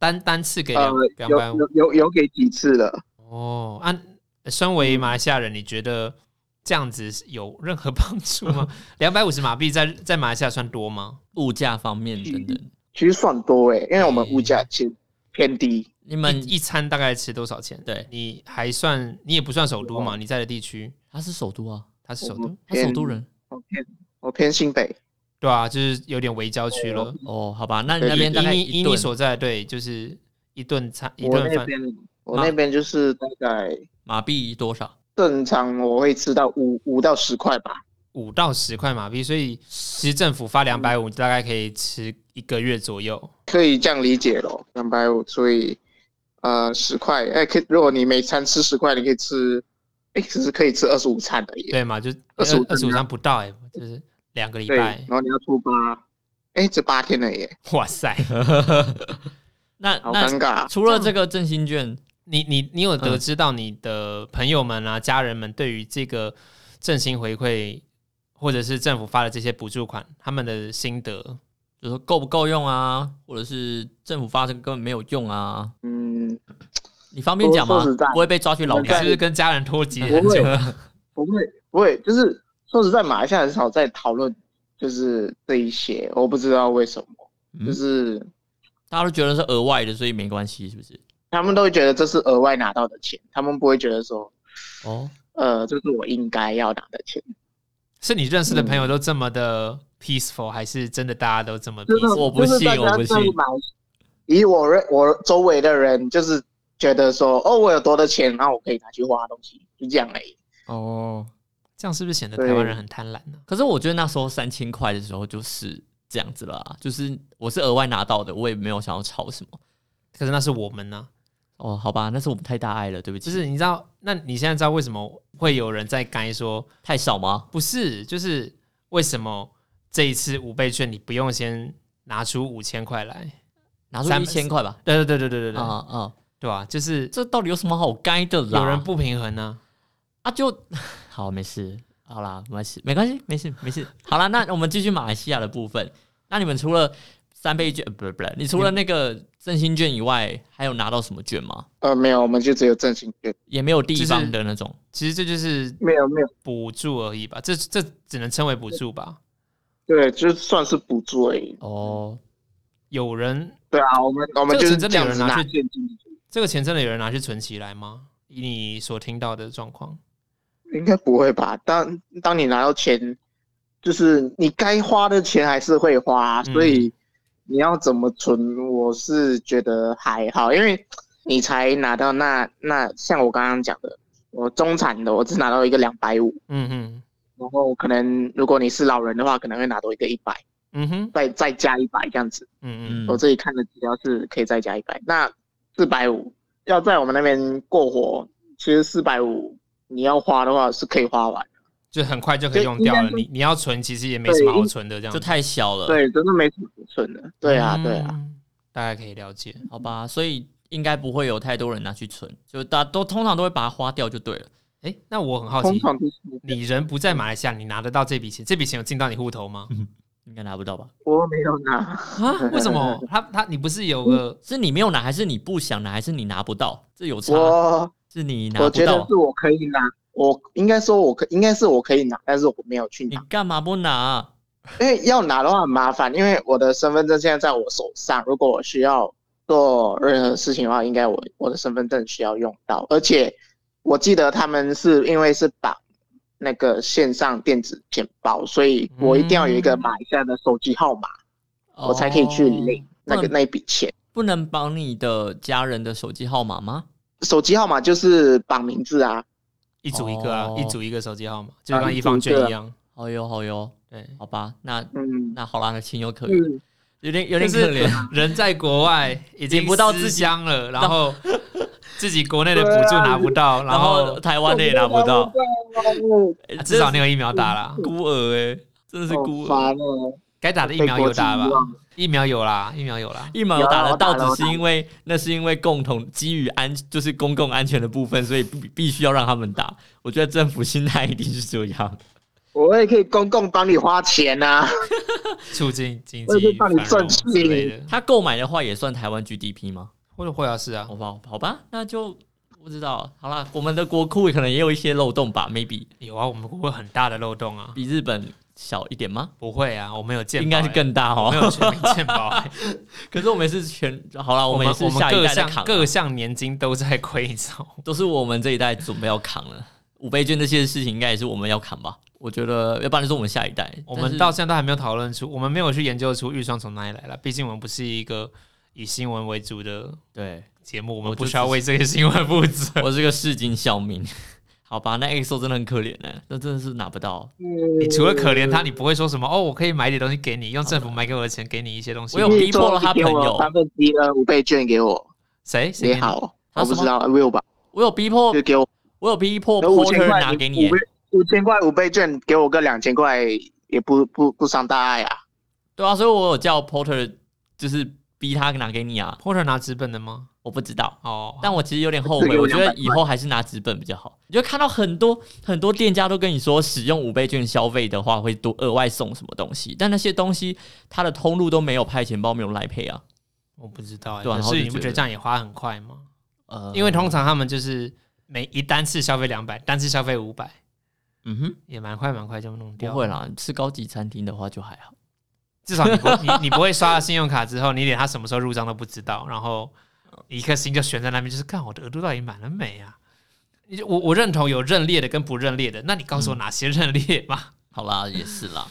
[SPEAKER 3] 单单次给
[SPEAKER 1] 呃
[SPEAKER 3] 两，两
[SPEAKER 1] 有
[SPEAKER 3] 百五
[SPEAKER 1] 有有有给几次了？
[SPEAKER 3] 哦。按、身为
[SPEAKER 1] 嗯
[SPEAKER 3] 马来西亚人，你觉得这样子是有任何帮助吗？ 两百五十马币在在马来西亚算多吗？
[SPEAKER 2] 物价方面等等，
[SPEAKER 1] 其实算多诶、因为我们物价其实偏低。
[SPEAKER 2] 你
[SPEAKER 1] 嗯
[SPEAKER 2] 们
[SPEAKER 3] 一一餐大概吃多少钱？
[SPEAKER 2] 对
[SPEAKER 3] 你还算你也不算首都
[SPEAKER 1] 嗯
[SPEAKER 3] 嘛？你在的地区
[SPEAKER 2] 他是首都啊，
[SPEAKER 3] 它是首都，
[SPEAKER 2] 他首都人
[SPEAKER 1] 我哦偏我偏新北，
[SPEAKER 3] 对啊，就是有点围郊区
[SPEAKER 1] 嗯
[SPEAKER 3] 了。
[SPEAKER 2] 哦，好吧，那你
[SPEAKER 1] 对
[SPEAKER 2] 那边大概
[SPEAKER 3] 以你
[SPEAKER 2] 一
[SPEAKER 3] 以你
[SPEAKER 2] 顿
[SPEAKER 3] 所在的对，就是一顿餐一
[SPEAKER 1] 我
[SPEAKER 3] 顿
[SPEAKER 1] 那
[SPEAKER 3] 饭啊
[SPEAKER 1] 边我那边就是大概
[SPEAKER 2] 马币 多少？
[SPEAKER 1] 正常我会吃到五五到十块吧。
[SPEAKER 3] 五到十块马币，所以其实政府发两百五，大概可以吃一个月左右。
[SPEAKER 1] 可以这样理解咯，两百五除以呃十块，哎、可以如果你每餐吃十块，你可以吃，哎、其实可以吃二十五餐而已。
[SPEAKER 3] 对嘛，就
[SPEAKER 1] 25
[SPEAKER 3] 二十五张不到哎、就是两个礼
[SPEAKER 1] 对，
[SPEAKER 3] 拜
[SPEAKER 1] 然，后你要出八，哎、这八天了耶，
[SPEAKER 3] 哇塞！
[SPEAKER 2] 那
[SPEAKER 1] 好
[SPEAKER 2] 那
[SPEAKER 1] 尴尬。
[SPEAKER 2] 除了这个振兴券，
[SPEAKER 3] 你你你有得知到你的朋友们啊、家人们对于这个振兴回馈，或者是政府发的这些补助款，他们的心得？
[SPEAKER 2] 就是说够不够用啊，或者是政府发这个根本没有用啊，
[SPEAKER 1] 嗯，
[SPEAKER 2] 你方便讲吗
[SPEAKER 1] 说说实在？
[SPEAKER 2] 不会被抓去牢
[SPEAKER 1] 我们
[SPEAKER 3] 你是
[SPEAKER 2] 干
[SPEAKER 1] 在
[SPEAKER 3] 不是跟家人脱节很
[SPEAKER 1] 不会
[SPEAKER 3] 久？
[SPEAKER 1] 不会不会，就是说实在，马来西亚很少在讨论，就是这一些，我不知道为什么，就
[SPEAKER 2] 嗯
[SPEAKER 1] 是
[SPEAKER 2] 大家都觉得是额外的，所以没关系，是不是？
[SPEAKER 1] 他们都会觉得这是额外拿到的钱，他们不会觉得说，
[SPEAKER 2] 哦，
[SPEAKER 1] 呃，这是我应该要拿的钱。
[SPEAKER 3] 是你认识的朋友都这么的 peaceful，、还是真的大家都这么
[SPEAKER 1] 就是
[SPEAKER 3] peaceful？
[SPEAKER 2] 我不信
[SPEAKER 1] 就是大家
[SPEAKER 2] 我不信
[SPEAKER 1] 在买以我认我周围的人，就是觉得说，哦，我有多的钱，然后我可以拿去花东西，就这样而已。
[SPEAKER 2] 哦，
[SPEAKER 3] 这样是不是显得
[SPEAKER 1] 对
[SPEAKER 3] 台湾人很贪婪呢、
[SPEAKER 2] 可是我觉得那时候三千块的时候就是这样子啦，就是我是额外拿到的，我也没有想要吵什么。
[SPEAKER 3] 可是那是我们呢、
[SPEAKER 2] 哦，好吧，那是我们太大爱了，对不起。
[SPEAKER 3] 就是你知道，那你现在知道为什么会有人在该说
[SPEAKER 2] 太少吗？
[SPEAKER 3] 不是？就是为什么这一次五倍券你不用先拿出五千块来？
[SPEAKER 2] 拿出
[SPEAKER 3] 三
[SPEAKER 2] 一千块吧。
[SPEAKER 3] 对对对对对对对，
[SPEAKER 2] 啊啊！
[SPEAKER 3] 对吧、就是
[SPEAKER 2] 这到底有什么好该的啦？
[SPEAKER 3] 有人不平衡呢、
[SPEAKER 2] 啊就， 好，没事，好啦，没事，没关系，没事，没事， 好啦，那我们继续马来西亚的部分。那你们除了三倍券，呃不是不是，你除了那个振兴券以外，还有拿到什么券吗？
[SPEAKER 1] 呃，没有，我们就只有振兴券，
[SPEAKER 2] 也没有地
[SPEAKER 3] 就是
[SPEAKER 2] 方的那种，
[SPEAKER 3] 其实这就是
[SPEAKER 1] 没有没有，
[SPEAKER 3] 补助而已吧，这这只能称为补助吧。
[SPEAKER 1] 对，就算是补助而已。
[SPEAKER 2] 哦，
[SPEAKER 3] 有人
[SPEAKER 1] 对啊，我们我们
[SPEAKER 3] 这个
[SPEAKER 1] 就是
[SPEAKER 3] 真的
[SPEAKER 1] 这样
[SPEAKER 3] 有人
[SPEAKER 1] 子
[SPEAKER 3] 拿
[SPEAKER 1] 拿
[SPEAKER 3] 去
[SPEAKER 1] 现金进去，
[SPEAKER 3] 这个钱真的有人拿去存起来吗？以你所听到的状况，
[SPEAKER 1] 应该不会吧？当当你拿到钱，就是你该花的钱还是会花，啊
[SPEAKER 3] 嗯
[SPEAKER 1] 所以你要怎么存，我是觉得还好，因为你才拿到那那像我刚刚讲的，我中产的我只拿到一个两百五，
[SPEAKER 3] 嗯哼，
[SPEAKER 1] 然后可能如果你是老人的话，可能会拿多一个一百，
[SPEAKER 3] 嗯哼，
[SPEAKER 1] 再再加一百这样子。
[SPEAKER 3] 嗯嗯，
[SPEAKER 2] 嗯，
[SPEAKER 1] 我自己看的资料是可以再加一百，那四百五要在我们那边过活，其实四百五你要花的话是可以花完，
[SPEAKER 3] 就很快就可以
[SPEAKER 1] 对
[SPEAKER 3] 用掉了。
[SPEAKER 1] 应该
[SPEAKER 3] 你你要存，其实也没什么
[SPEAKER 1] 对
[SPEAKER 3] 好存的，这样
[SPEAKER 2] 就
[SPEAKER 3] 子
[SPEAKER 2] 太小了，，
[SPEAKER 1] 对，真的没什么可存的。对啊，对啊，，
[SPEAKER 3] 嗯大概可以了解。
[SPEAKER 2] 好吧，所以应该不会有太多人拿去存，就大家都通常都会把它花掉就对了。
[SPEAKER 3] 哎，那我很好
[SPEAKER 1] 通
[SPEAKER 3] 奇，
[SPEAKER 1] 常就是
[SPEAKER 3] 你人不在马来西亚，你拿得到这笔钱？这笔钱有进到你户头吗？
[SPEAKER 2] 应该拿不到吧？
[SPEAKER 1] 我没有 拿，
[SPEAKER 3] 啊？为什么？他他你不是有个
[SPEAKER 2] 是你没有拿，还是你不想拿，还是你拿不到？这有差，
[SPEAKER 1] 我
[SPEAKER 2] 是你拿
[SPEAKER 1] 我
[SPEAKER 2] 不
[SPEAKER 1] 觉
[SPEAKER 2] 到
[SPEAKER 1] 得
[SPEAKER 2] 啊。
[SPEAKER 1] 是我可以拿，我应该说我可应该是我可以拿，但是我没有去
[SPEAKER 2] 你
[SPEAKER 1] 拿，
[SPEAKER 2] 干嘛不拿？
[SPEAKER 1] 因为要拿的话很麻烦，因为我的身份证现在在我手上，如果我需要做任何事情的话，应该我我的身份证需要用到，而且我记得他们是因为是绑那个线上电子钱包，所以我一定要有一个
[SPEAKER 3] 嗯
[SPEAKER 1] 马来西亚的手机号码，我才可以去领那个
[SPEAKER 2] 哦不能
[SPEAKER 1] 那一笔钱。
[SPEAKER 2] 不能绑你的家人的手机号码吗？
[SPEAKER 1] 手机号码就是绑名字啊，
[SPEAKER 3] 一组一个啊
[SPEAKER 2] 哦，
[SPEAKER 3] 一组一个手机号码，就
[SPEAKER 1] 啊
[SPEAKER 3] 跟
[SPEAKER 1] 一
[SPEAKER 3] 一
[SPEAKER 1] 组
[SPEAKER 3] 方
[SPEAKER 1] 一个
[SPEAKER 3] 券
[SPEAKER 1] 啊
[SPEAKER 3] 一样。
[SPEAKER 2] 好哟好哟，
[SPEAKER 3] 对，
[SPEAKER 2] 哎好吧，那
[SPEAKER 1] 嗯
[SPEAKER 2] 那好啦，那情有可原，
[SPEAKER 1] 嗯，
[SPEAKER 2] 有点有点
[SPEAKER 3] 就是
[SPEAKER 2] 可怜。
[SPEAKER 3] 人在国外已经
[SPEAKER 2] 领不到
[SPEAKER 3] 思
[SPEAKER 2] 自己
[SPEAKER 3] 乡了，然后自己国内的补助拿不到，然
[SPEAKER 2] 啊然后
[SPEAKER 3] 后
[SPEAKER 2] 台湾的也拿不到，，
[SPEAKER 1] 嗯
[SPEAKER 3] 啊至少你
[SPEAKER 2] 个
[SPEAKER 3] 有疫苗打啦，
[SPEAKER 2] 孤儿哎、真的是孤
[SPEAKER 1] 好
[SPEAKER 2] 儿。
[SPEAKER 1] 烦哦，
[SPEAKER 3] 该打的疫
[SPEAKER 1] 被
[SPEAKER 3] 苗
[SPEAKER 1] 国
[SPEAKER 3] 有
[SPEAKER 1] 际
[SPEAKER 3] 打吧
[SPEAKER 1] 遗？忘
[SPEAKER 3] 疫苗有啦，疫苗有啦。
[SPEAKER 2] 疫苗打得
[SPEAKER 1] 有啊
[SPEAKER 2] 到，
[SPEAKER 1] 我打了
[SPEAKER 2] 只是因为那是因为共同基于安，就是公共安全的部分，所以必必须要让他们打。我觉得政府心态一定是这样。
[SPEAKER 1] 我也可以公共帮你花钱啊。
[SPEAKER 3] 促进经
[SPEAKER 1] 我也
[SPEAKER 3] 济
[SPEAKER 1] 会帮
[SPEAKER 3] 繁
[SPEAKER 1] 你
[SPEAKER 3] 荣
[SPEAKER 1] 赚
[SPEAKER 3] 之类的，
[SPEAKER 2] 他购买的话也算台湾 GDP 吗？
[SPEAKER 3] 或者会啊是啊
[SPEAKER 2] 好，吧，好吧，那就不知道。好啦，我们的国库可能也有一些漏洞吧，maybe
[SPEAKER 3] 有啊，我们国会很大的漏洞啊，
[SPEAKER 2] 比日本小一点吗？
[SPEAKER 3] 不会啊，我们有健保欸，
[SPEAKER 2] 应该是更大
[SPEAKER 3] 我
[SPEAKER 2] 哦
[SPEAKER 3] 们。有全民健保欸，
[SPEAKER 2] 可是我们是全好啦，我们也是
[SPEAKER 3] 我们
[SPEAKER 2] 下一
[SPEAKER 3] 各
[SPEAKER 2] 代在
[SPEAKER 3] 项
[SPEAKER 2] 扛，啊
[SPEAKER 3] 各项年金都在亏走，
[SPEAKER 2] 都是我们这一代准备要扛了。五倍券这些事情应该也是我们要扛吧？我觉得，要不然就是我们下一代。
[SPEAKER 3] 我
[SPEAKER 2] 但
[SPEAKER 3] 们
[SPEAKER 2] 是
[SPEAKER 3] 到现在都还没有讨论出，我们没有去研究出预算从哪里来了，毕竟我们不是一个以新闻为主的
[SPEAKER 2] 对，
[SPEAKER 3] 节目，我
[SPEAKER 2] 我
[SPEAKER 3] 们
[SPEAKER 2] 就
[SPEAKER 3] 不需要为这个新闻负 责。
[SPEAKER 2] 我是个市井小民。 好吧，那 XO 真的很可怜呢、那真的是拿不到。
[SPEAKER 1] 嗯
[SPEAKER 3] 你除了可怜他，你不会说什么哦，我可以买一点东西给你，用政府买给我的钱给你一些东西。
[SPEAKER 2] 我有逼迫了他朋友
[SPEAKER 1] 你啊给我三分之一的五倍券给我，
[SPEAKER 3] 谁？谁
[SPEAKER 1] 谁
[SPEAKER 3] 给你？
[SPEAKER 1] 好？
[SPEAKER 2] 他
[SPEAKER 1] 我
[SPEAKER 2] 什么
[SPEAKER 1] 不知道，Will 吧，
[SPEAKER 2] 我有逼迫
[SPEAKER 1] 就，给我
[SPEAKER 2] 我有逼迫
[SPEAKER 1] 有五千
[SPEAKER 2] Porter
[SPEAKER 1] 块
[SPEAKER 2] 拿给你、欸
[SPEAKER 1] 五倍五千块五倍券，给我个两千块，也不不不伤大碍啊。
[SPEAKER 2] 对啊，所以我有叫 Porter，就是逼他拿给你啊。
[SPEAKER 3] Porter 拿资本的吗？
[SPEAKER 2] 我不知道，
[SPEAKER 3] 哦，
[SPEAKER 2] 但我其实有点后
[SPEAKER 1] 这
[SPEAKER 2] 悔，
[SPEAKER 1] 个有
[SPEAKER 2] 我觉
[SPEAKER 1] 两
[SPEAKER 2] 得
[SPEAKER 1] 百块
[SPEAKER 2] 以后还是拿纸本比较好。你就看到很多很多店家都跟你说，使用五倍券消费的话会多额外送什么东西，但那些东西它的通路都没有派钱包，没有来配啊。
[SPEAKER 3] 我不知道欸。
[SPEAKER 2] 对啊然
[SPEAKER 3] 可
[SPEAKER 2] 后
[SPEAKER 3] 是
[SPEAKER 2] 就
[SPEAKER 3] 你不
[SPEAKER 2] 觉
[SPEAKER 3] 觉
[SPEAKER 2] 得
[SPEAKER 3] 得这样也花很快吗？
[SPEAKER 2] 呃
[SPEAKER 3] 因为通常他们就是每一单次消费两百，单次消费五百，
[SPEAKER 2] 嗯哼，
[SPEAKER 3] 也蛮快蛮快就弄
[SPEAKER 2] 不
[SPEAKER 3] 掉。
[SPEAKER 2] 会，啦，吃高级餐厅的话就还好。
[SPEAKER 3] 至少你不你你不会刷了信用卡之后，你连他什么时候入账都不知道，然后一颗心就悬在那边，就是看我的额度到底满了没啊？你就我我认同有认列的跟不认列的，那你告诉我哪些认列吧？
[SPEAKER 2] 好啦，也是啦。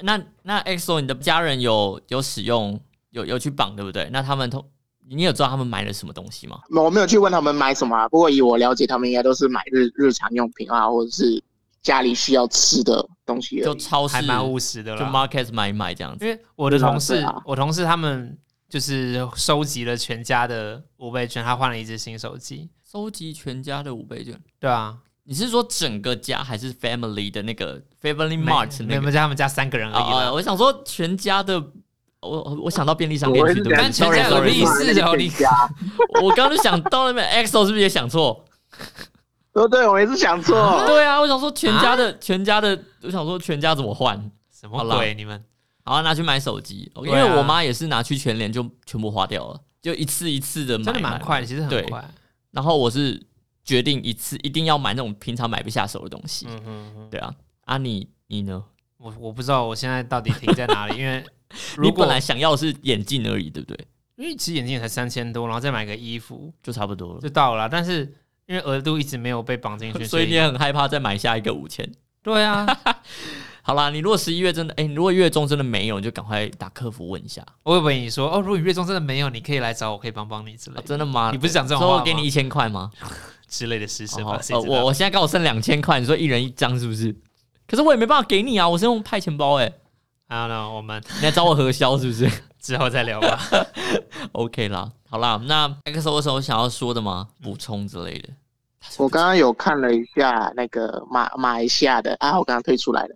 [SPEAKER 2] 那那 XO，你的家人有有使用有有去绑对不对？那他们通你有知道他们买了什么东西吗？
[SPEAKER 1] 我没有去问他们买什么、啊，不过以我了解，他们应该都是买日日常用品啊，或者是家里需要吃的东西而
[SPEAKER 2] 就
[SPEAKER 1] 已。
[SPEAKER 2] 超市
[SPEAKER 3] 还蛮务实的
[SPEAKER 2] 就
[SPEAKER 3] 啦。
[SPEAKER 2] market 买一买这样子。
[SPEAKER 3] 因为我的同事，
[SPEAKER 1] 对啊对啊
[SPEAKER 3] 我同事他们就是收集了全家的五倍券，他换了一只新手机，
[SPEAKER 2] 收集全家的五倍券。
[SPEAKER 3] 对啊，
[SPEAKER 2] 你是说整个家还是 family 的那个啊 family
[SPEAKER 3] 没
[SPEAKER 2] mart
[SPEAKER 3] 没
[SPEAKER 2] 那
[SPEAKER 3] 有
[SPEAKER 2] 个？
[SPEAKER 3] 加他们家三个人而已
[SPEAKER 2] 哦，
[SPEAKER 3] 啦
[SPEAKER 2] 哦我想说全家的我我想到便利商店
[SPEAKER 1] 我
[SPEAKER 2] 去，对不
[SPEAKER 3] 想
[SPEAKER 2] 对
[SPEAKER 3] 单纯加有意思哦你
[SPEAKER 1] 家，
[SPEAKER 2] 我刚刚就想到那边 EXO 是不是也 想错？
[SPEAKER 1] 哦，对，我也是想错。
[SPEAKER 2] 对啊，我想说全家的、全家的，我想说全家怎么换？
[SPEAKER 3] 什
[SPEAKER 2] 好
[SPEAKER 3] 么
[SPEAKER 2] 啦
[SPEAKER 3] 鬼？你们
[SPEAKER 2] 然后拿去买手机，哦
[SPEAKER 3] 啊
[SPEAKER 2] 因为我妈也是拿去全联就全部花掉了，就一次一次的买，
[SPEAKER 3] 真的蛮快
[SPEAKER 2] 买。
[SPEAKER 3] 的，其实
[SPEAKER 2] 对
[SPEAKER 3] 很快。
[SPEAKER 2] 然后我是决定一次一定要买那种平常买不下手的东西。
[SPEAKER 3] 嗯哼哼，
[SPEAKER 2] 对啊，啊你你呢？
[SPEAKER 3] 我我不知道我现在到底停在哪里，因为
[SPEAKER 2] 你
[SPEAKER 3] 如果
[SPEAKER 2] 本来想要的是眼镜而已，对不对？
[SPEAKER 3] 因为其实眼镜也才三千多，然后再买个衣服
[SPEAKER 2] 就差不多了。
[SPEAKER 3] 就到了啦，但是因为额度一直没有被绑进 去，
[SPEAKER 2] 所以你也很害怕再买下一个五千。
[SPEAKER 3] 对啊，
[SPEAKER 2] 好啦，你如果十一月真的，哎、你如果月中真的没有，你就赶快打客服问一下。
[SPEAKER 3] 我以为你说哦，如果月中真的没有，你可以来找我，可以帮帮你之类
[SPEAKER 2] 啊、
[SPEAKER 3] 的
[SPEAKER 2] 真的吗？
[SPEAKER 3] 你不是讲这种
[SPEAKER 2] 说
[SPEAKER 3] 话
[SPEAKER 2] 我给你
[SPEAKER 3] 吗
[SPEAKER 2] 一千块吗？
[SPEAKER 3] 之类的事情
[SPEAKER 2] 好
[SPEAKER 3] 吧
[SPEAKER 2] 好。
[SPEAKER 3] 谁
[SPEAKER 2] 呃
[SPEAKER 3] 知
[SPEAKER 2] 我
[SPEAKER 3] 道
[SPEAKER 2] 我现在刚好剩两千块，你说一人一张是不是？可是我也没办法给你啊，我是用派钱包哎、
[SPEAKER 3] I don't know，我们
[SPEAKER 2] 你来找我核销是不是
[SPEAKER 3] 之后再聊吧。
[SPEAKER 2] ？OK 啦，好啦，那 X O 有什么想要说的吗？补充之类的。
[SPEAKER 1] 我刚刚有看了一下那个马马来西亚的啊，我刚刚推出来的。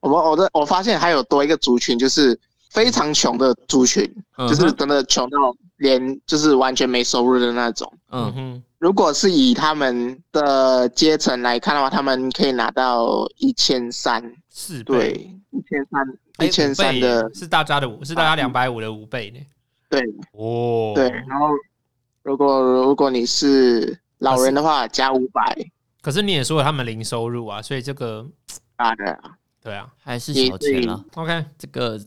[SPEAKER 1] 我们我的我发现还有多一个族群，就是非常穷的族群，
[SPEAKER 2] 嗯
[SPEAKER 1] 就是真的穷到连就是完全没收入的那种。
[SPEAKER 3] 嗯
[SPEAKER 2] 嗯，
[SPEAKER 3] 哼，
[SPEAKER 1] 如果是以他们的阶层来看的话，他们可以拿到一千三，
[SPEAKER 3] 四
[SPEAKER 1] 对
[SPEAKER 3] 倍，，
[SPEAKER 1] 一千三，
[SPEAKER 3] 哎
[SPEAKER 1] 一千三
[SPEAKER 3] 五
[SPEAKER 1] 的啊
[SPEAKER 3] 倍，是大家的五，是大家两百五的五倍呢。
[SPEAKER 1] 对
[SPEAKER 3] 哦，
[SPEAKER 1] 对。然后，如果如果你是老人的话，加五百
[SPEAKER 3] 可是你也说了他们零收入啊，所以这个
[SPEAKER 1] 啊的，
[SPEAKER 3] 对啊
[SPEAKER 2] 还是小钱啦。
[SPEAKER 3] ，OK，
[SPEAKER 2] 这个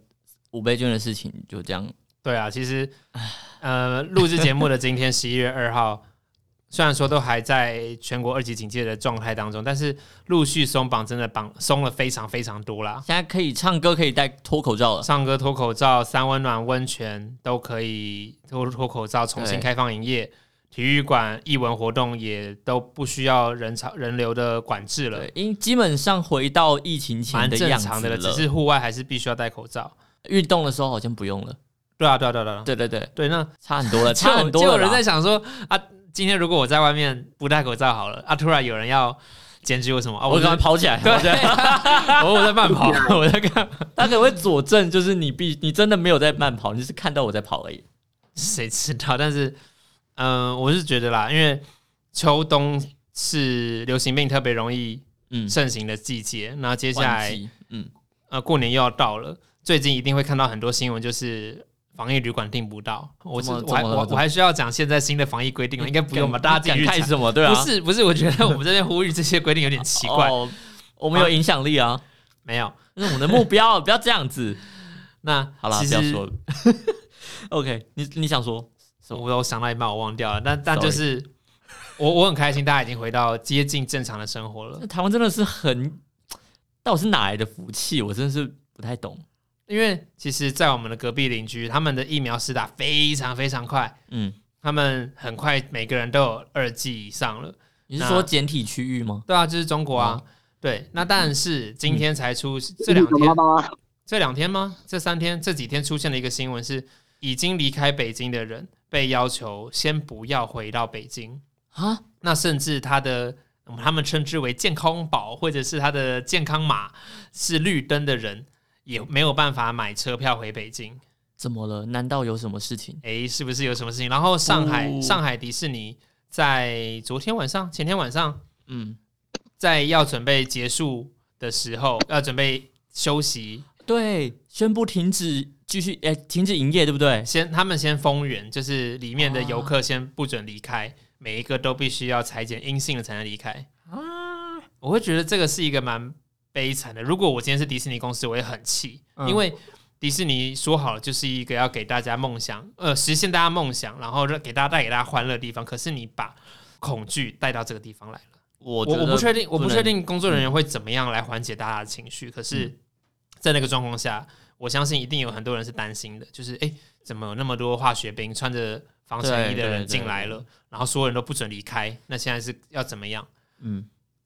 [SPEAKER 2] 五倍券的事情就这样。
[SPEAKER 3] 对啊，其实呃，录制节目的今天十一月二号，虽然说都还在全国二级警戒的状态当中，但是陆续松绑，真的绑松了非常非常多啦。
[SPEAKER 2] 现在可以唱歌，可以戴脱口罩了。
[SPEAKER 3] 唱歌脱口罩、三温暖温泉都可以脱脱口罩重新
[SPEAKER 2] 对
[SPEAKER 3] 开放营业，体育馆、艺文活动也都不需要人潮人流的管制了，
[SPEAKER 2] 对，因基本上回到疫情前
[SPEAKER 3] 蛮
[SPEAKER 2] 的
[SPEAKER 3] 正
[SPEAKER 2] 样
[SPEAKER 3] 常
[SPEAKER 2] 子
[SPEAKER 3] 的了。只
[SPEAKER 2] 了。
[SPEAKER 3] 是户外还是必须要戴口罩。
[SPEAKER 2] 运动的时候好像不用了。
[SPEAKER 3] 对啊，对啊，对啊，对啊，
[SPEAKER 2] 对对对，
[SPEAKER 3] 对，那
[SPEAKER 2] 差很多 了，
[SPEAKER 3] 就
[SPEAKER 2] 差很多
[SPEAKER 3] 就
[SPEAKER 2] 了
[SPEAKER 3] 有
[SPEAKER 2] 啦。
[SPEAKER 3] 人在想说啊，今天如果我在外面不戴口罩好了啊，突然有人要检举我什么啊，
[SPEAKER 2] 我
[SPEAKER 3] 我
[SPEAKER 2] 赶快
[SPEAKER 3] 刚
[SPEAKER 2] 跑起来。
[SPEAKER 3] 对， 我我在慢跑，
[SPEAKER 1] 啊
[SPEAKER 3] 我在干嘛，
[SPEAKER 2] 他可能会佐证，就是你必你真的没有在慢跑，你只是看到我在跑而已。
[SPEAKER 3] 谁知道？但是，嗯、我是觉得啦，因为秋冬是流行病特别容易
[SPEAKER 2] 嗯，
[SPEAKER 3] 盛行的季节，那接下
[SPEAKER 2] 忘
[SPEAKER 3] 来
[SPEAKER 2] 记，嗯，
[SPEAKER 3] 呃过年又要到了，最近一定会看到很多新闻，就是。防疫旅馆订不到，我是
[SPEAKER 2] 怎么
[SPEAKER 3] 我还
[SPEAKER 2] 怎么
[SPEAKER 3] 我
[SPEAKER 2] 怎么
[SPEAKER 3] 我还需要讲现在新的防疫规定吗？应该不用吧？
[SPEAKER 2] 敢
[SPEAKER 3] 大家自己
[SPEAKER 2] 敢
[SPEAKER 3] 去
[SPEAKER 2] 看
[SPEAKER 3] 查
[SPEAKER 2] 什么？对啊，
[SPEAKER 3] 不是不是，我觉得我们这边呼吁这些规定有点奇怪，
[SPEAKER 2] 哦我们有影响力啊，
[SPEAKER 3] 没有。
[SPEAKER 2] 那是我们的目 标，不要这样子。
[SPEAKER 3] 那
[SPEAKER 2] 好啦，
[SPEAKER 3] 其
[SPEAKER 2] 不
[SPEAKER 3] 实
[SPEAKER 2] 要说了。OK，你你想说？
[SPEAKER 3] 我我想到一半我忘掉了，但但就是我我很开心，大家已经回到接近正常的生活了
[SPEAKER 2] 那。台湾真的是很，到底是哪来的福气？我真的是不太懂。
[SPEAKER 3] 因为其实，在我们的隔壁邻居，他们的疫苗施打非常非常快，
[SPEAKER 2] 嗯，
[SPEAKER 3] 他们很快每个人都有二剂以上了。
[SPEAKER 2] 你是
[SPEAKER 3] 那
[SPEAKER 2] 说简体区域吗？
[SPEAKER 3] 对啊，就是中国
[SPEAKER 2] 哦
[SPEAKER 3] 啊。对，那但
[SPEAKER 2] 嗯
[SPEAKER 3] 是今天才出这两
[SPEAKER 1] 有
[SPEAKER 3] 天
[SPEAKER 1] 妈，妈
[SPEAKER 3] 这两天吗？这三天这几天出现了一个新闻是，已经离开北京的人被要求先不要回到北京。
[SPEAKER 2] 啊，
[SPEAKER 3] 那甚至他的嗯他们称之为健康宝，或者是他的健康码是绿灯的人，也没有办法买车票回北京。
[SPEAKER 2] 怎么了？难道有什么事情？
[SPEAKER 3] 诶，是不是有什么事情？然后上海、
[SPEAKER 2] 哦
[SPEAKER 3] 上海迪士尼在昨天晚上、前天晚上，
[SPEAKER 2] 嗯，
[SPEAKER 3] 在要准备结束的时候，要准备休息，
[SPEAKER 2] 对，宣布停止继续，哎、停止营业，对不对？啊
[SPEAKER 3] 先他们先封园，就是里面的游客先不准离开，每一个都必须要裁剪阴性的才能离开。
[SPEAKER 2] 啊，
[SPEAKER 3] 我会觉得这个是一个蛮悲惨的。如果我今天是迪士尼公司，我也很气，
[SPEAKER 2] 嗯
[SPEAKER 3] 因为迪士尼说好了就是一个要给大家梦想，呃，实现大家梦想，然后让给大家带给大家欢乐的地方。可是你把恐惧带到这个地方来了，
[SPEAKER 2] 我
[SPEAKER 3] 我
[SPEAKER 2] 觉
[SPEAKER 3] 我
[SPEAKER 2] 得
[SPEAKER 3] 不确定，我
[SPEAKER 2] 不
[SPEAKER 3] 不
[SPEAKER 2] 能嗯
[SPEAKER 3] 确定工作人员会怎么样来缓解大家的情绪。可是，在那个状况下，我相信一定有很多人是担心的，就是诶，怎么有那么多化学兵穿着防尘衣
[SPEAKER 2] 对
[SPEAKER 3] 的
[SPEAKER 2] 对
[SPEAKER 3] 人
[SPEAKER 2] 对
[SPEAKER 3] 进来
[SPEAKER 2] 对
[SPEAKER 3] 了，然后所有人都不准离开，那现在是要怎么样？
[SPEAKER 2] 嗯，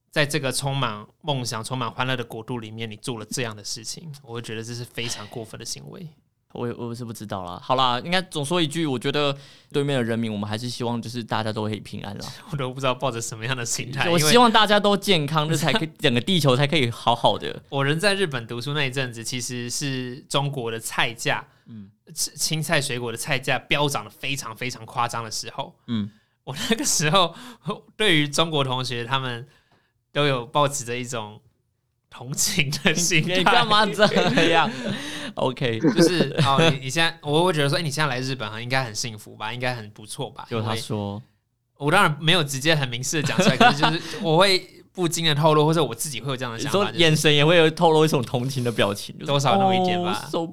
[SPEAKER 3] 在这个充满梦想、充满欢乐的国度里面，你做了这样的事情，我会觉得这是非常过分的行为。
[SPEAKER 2] 我也我是不知道啦。好啦，应该总说一句，我觉得对面的人民，我们还是希望就是大家都可以平安啦。
[SPEAKER 3] 我都不知道抱着什么样的心态。
[SPEAKER 2] 我
[SPEAKER 3] 因为
[SPEAKER 2] 希望大家都健康，这才 可以整个地球才可以好好的。
[SPEAKER 3] 我人在日本读书那一阵子，其实是中国的菜价
[SPEAKER 2] 嗯
[SPEAKER 3] 青青菜水果的菜价飙涨的非常非常夸张的时候，
[SPEAKER 2] 嗯，
[SPEAKER 3] 我那个时候对于中国同学他们都有抱持着一种同情的心态。
[SPEAKER 2] 你干？嘛这 样？OK，
[SPEAKER 3] 就是哦，你你现在我会觉得说，哎、你现在来日本啊，应该很幸福吧，应该很不错吧？
[SPEAKER 2] 就他
[SPEAKER 3] 因为
[SPEAKER 2] 说，
[SPEAKER 3] 我当然没有直接很明示的讲出来，可是就是我会不经的透露，或者我自己会有这样的
[SPEAKER 2] 你
[SPEAKER 3] 想
[SPEAKER 2] 说
[SPEAKER 3] 法，就是
[SPEAKER 2] 眼神也会有透露一种同情的表情，就是
[SPEAKER 3] 多少那么一点吧
[SPEAKER 2] 哦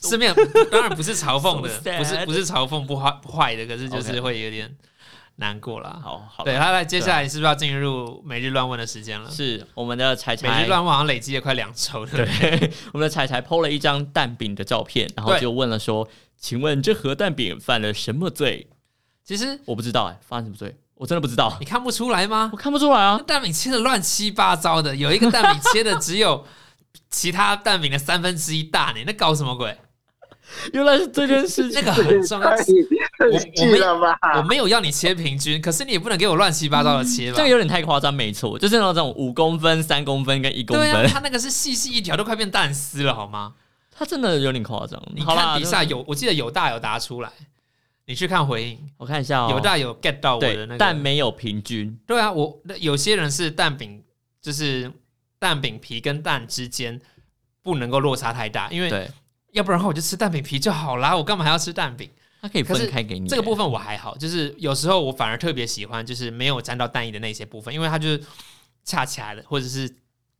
[SPEAKER 2] ，so-
[SPEAKER 3] 是没有，当然不是嘲讽
[SPEAKER 2] So
[SPEAKER 3] 的，
[SPEAKER 2] sad
[SPEAKER 3] 不是不是嘲讽不坏不坏的，可是就是
[SPEAKER 2] OK
[SPEAKER 3] 会有点难过啦。
[SPEAKER 2] 好好
[SPEAKER 3] 对，啊
[SPEAKER 2] 了，啊
[SPEAKER 3] 好来，接下来是不是要进入每日乱问的时间了？
[SPEAKER 2] 是我们的彩
[SPEAKER 3] 每
[SPEAKER 2] 彩
[SPEAKER 3] 日，乱问好像累积了快两周了。
[SPEAKER 2] 对， 我们的彩彩 PO 了一张蛋饼的照片，然后
[SPEAKER 3] 对
[SPEAKER 2] 就问了说，请问这盒蛋饼犯了什么罪？
[SPEAKER 3] 其实
[SPEAKER 2] 我不知道哎、犯了什么罪？我真的不知道
[SPEAKER 3] 你，看不出来吗
[SPEAKER 2] 我？看不出来啊
[SPEAKER 3] 那。蛋饼切的乱七八糟的，有一个蛋饼切的只有其他蛋饼的三分之一大呢，那搞什么鬼？
[SPEAKER 2] 原来是这件事
[SPEAKER 3] 那
[SPEAKER 2] 情，
[SPEAKER 3] 个很重要
[SPEAKER 1] 太。气了
[SPEAKER 3] 我
[SPEAKER 1] 吧？
[SPEAKER 3] 没有要你切平均，可是你也不能给我乱七八糟的切
[SPEAKER 2] 这
[SPEAKER 3] 吧？
[SPEAKER 2] 个有点太夸张，没错，就是那种五公分、三公分跟一公
[SPEAKER 3] 对啊，
[SPEAKER 2] 分，
[SPEAKER 3] 它那个是细细一条，都快变蛋丝了，好吗？
[SPEAKER 2] 它真的有点夸张。
[SPEAKER 3] 你
[SPEAKER 2] 好啦
[SPEAKER 3] 看底下有，我记得有大有答出来，你去看回应，
[SPEAKER 2] 我看一下哦，
[SPEAKER 3] 有大有 get 到我的
[SPEAKER 2] 对
[SPEAKER 3] 那个，
[SPEAKER 2] 但没有平均，
[SPEAKER 3] 对啊，我那有些人是蛋饼，就是蛋饼皮跟蛋之间不能够落差太大，因为
[SPEAKER 2] 对，
[SPEAKER 3] 要不然的话我就吃蛋饼皮就好啦，我干嘛还要吃蛋饼？
[SPEAKER 2] 它可以
[SPEAKER 3] 可是
[SPEAKER 2] 分开给你
[SPEAKER 3] 这个部分我还好，就是有时候我反而特别喜欢，就是没有沾到蛋液的那些部分，因为它就是恰恰的，或者是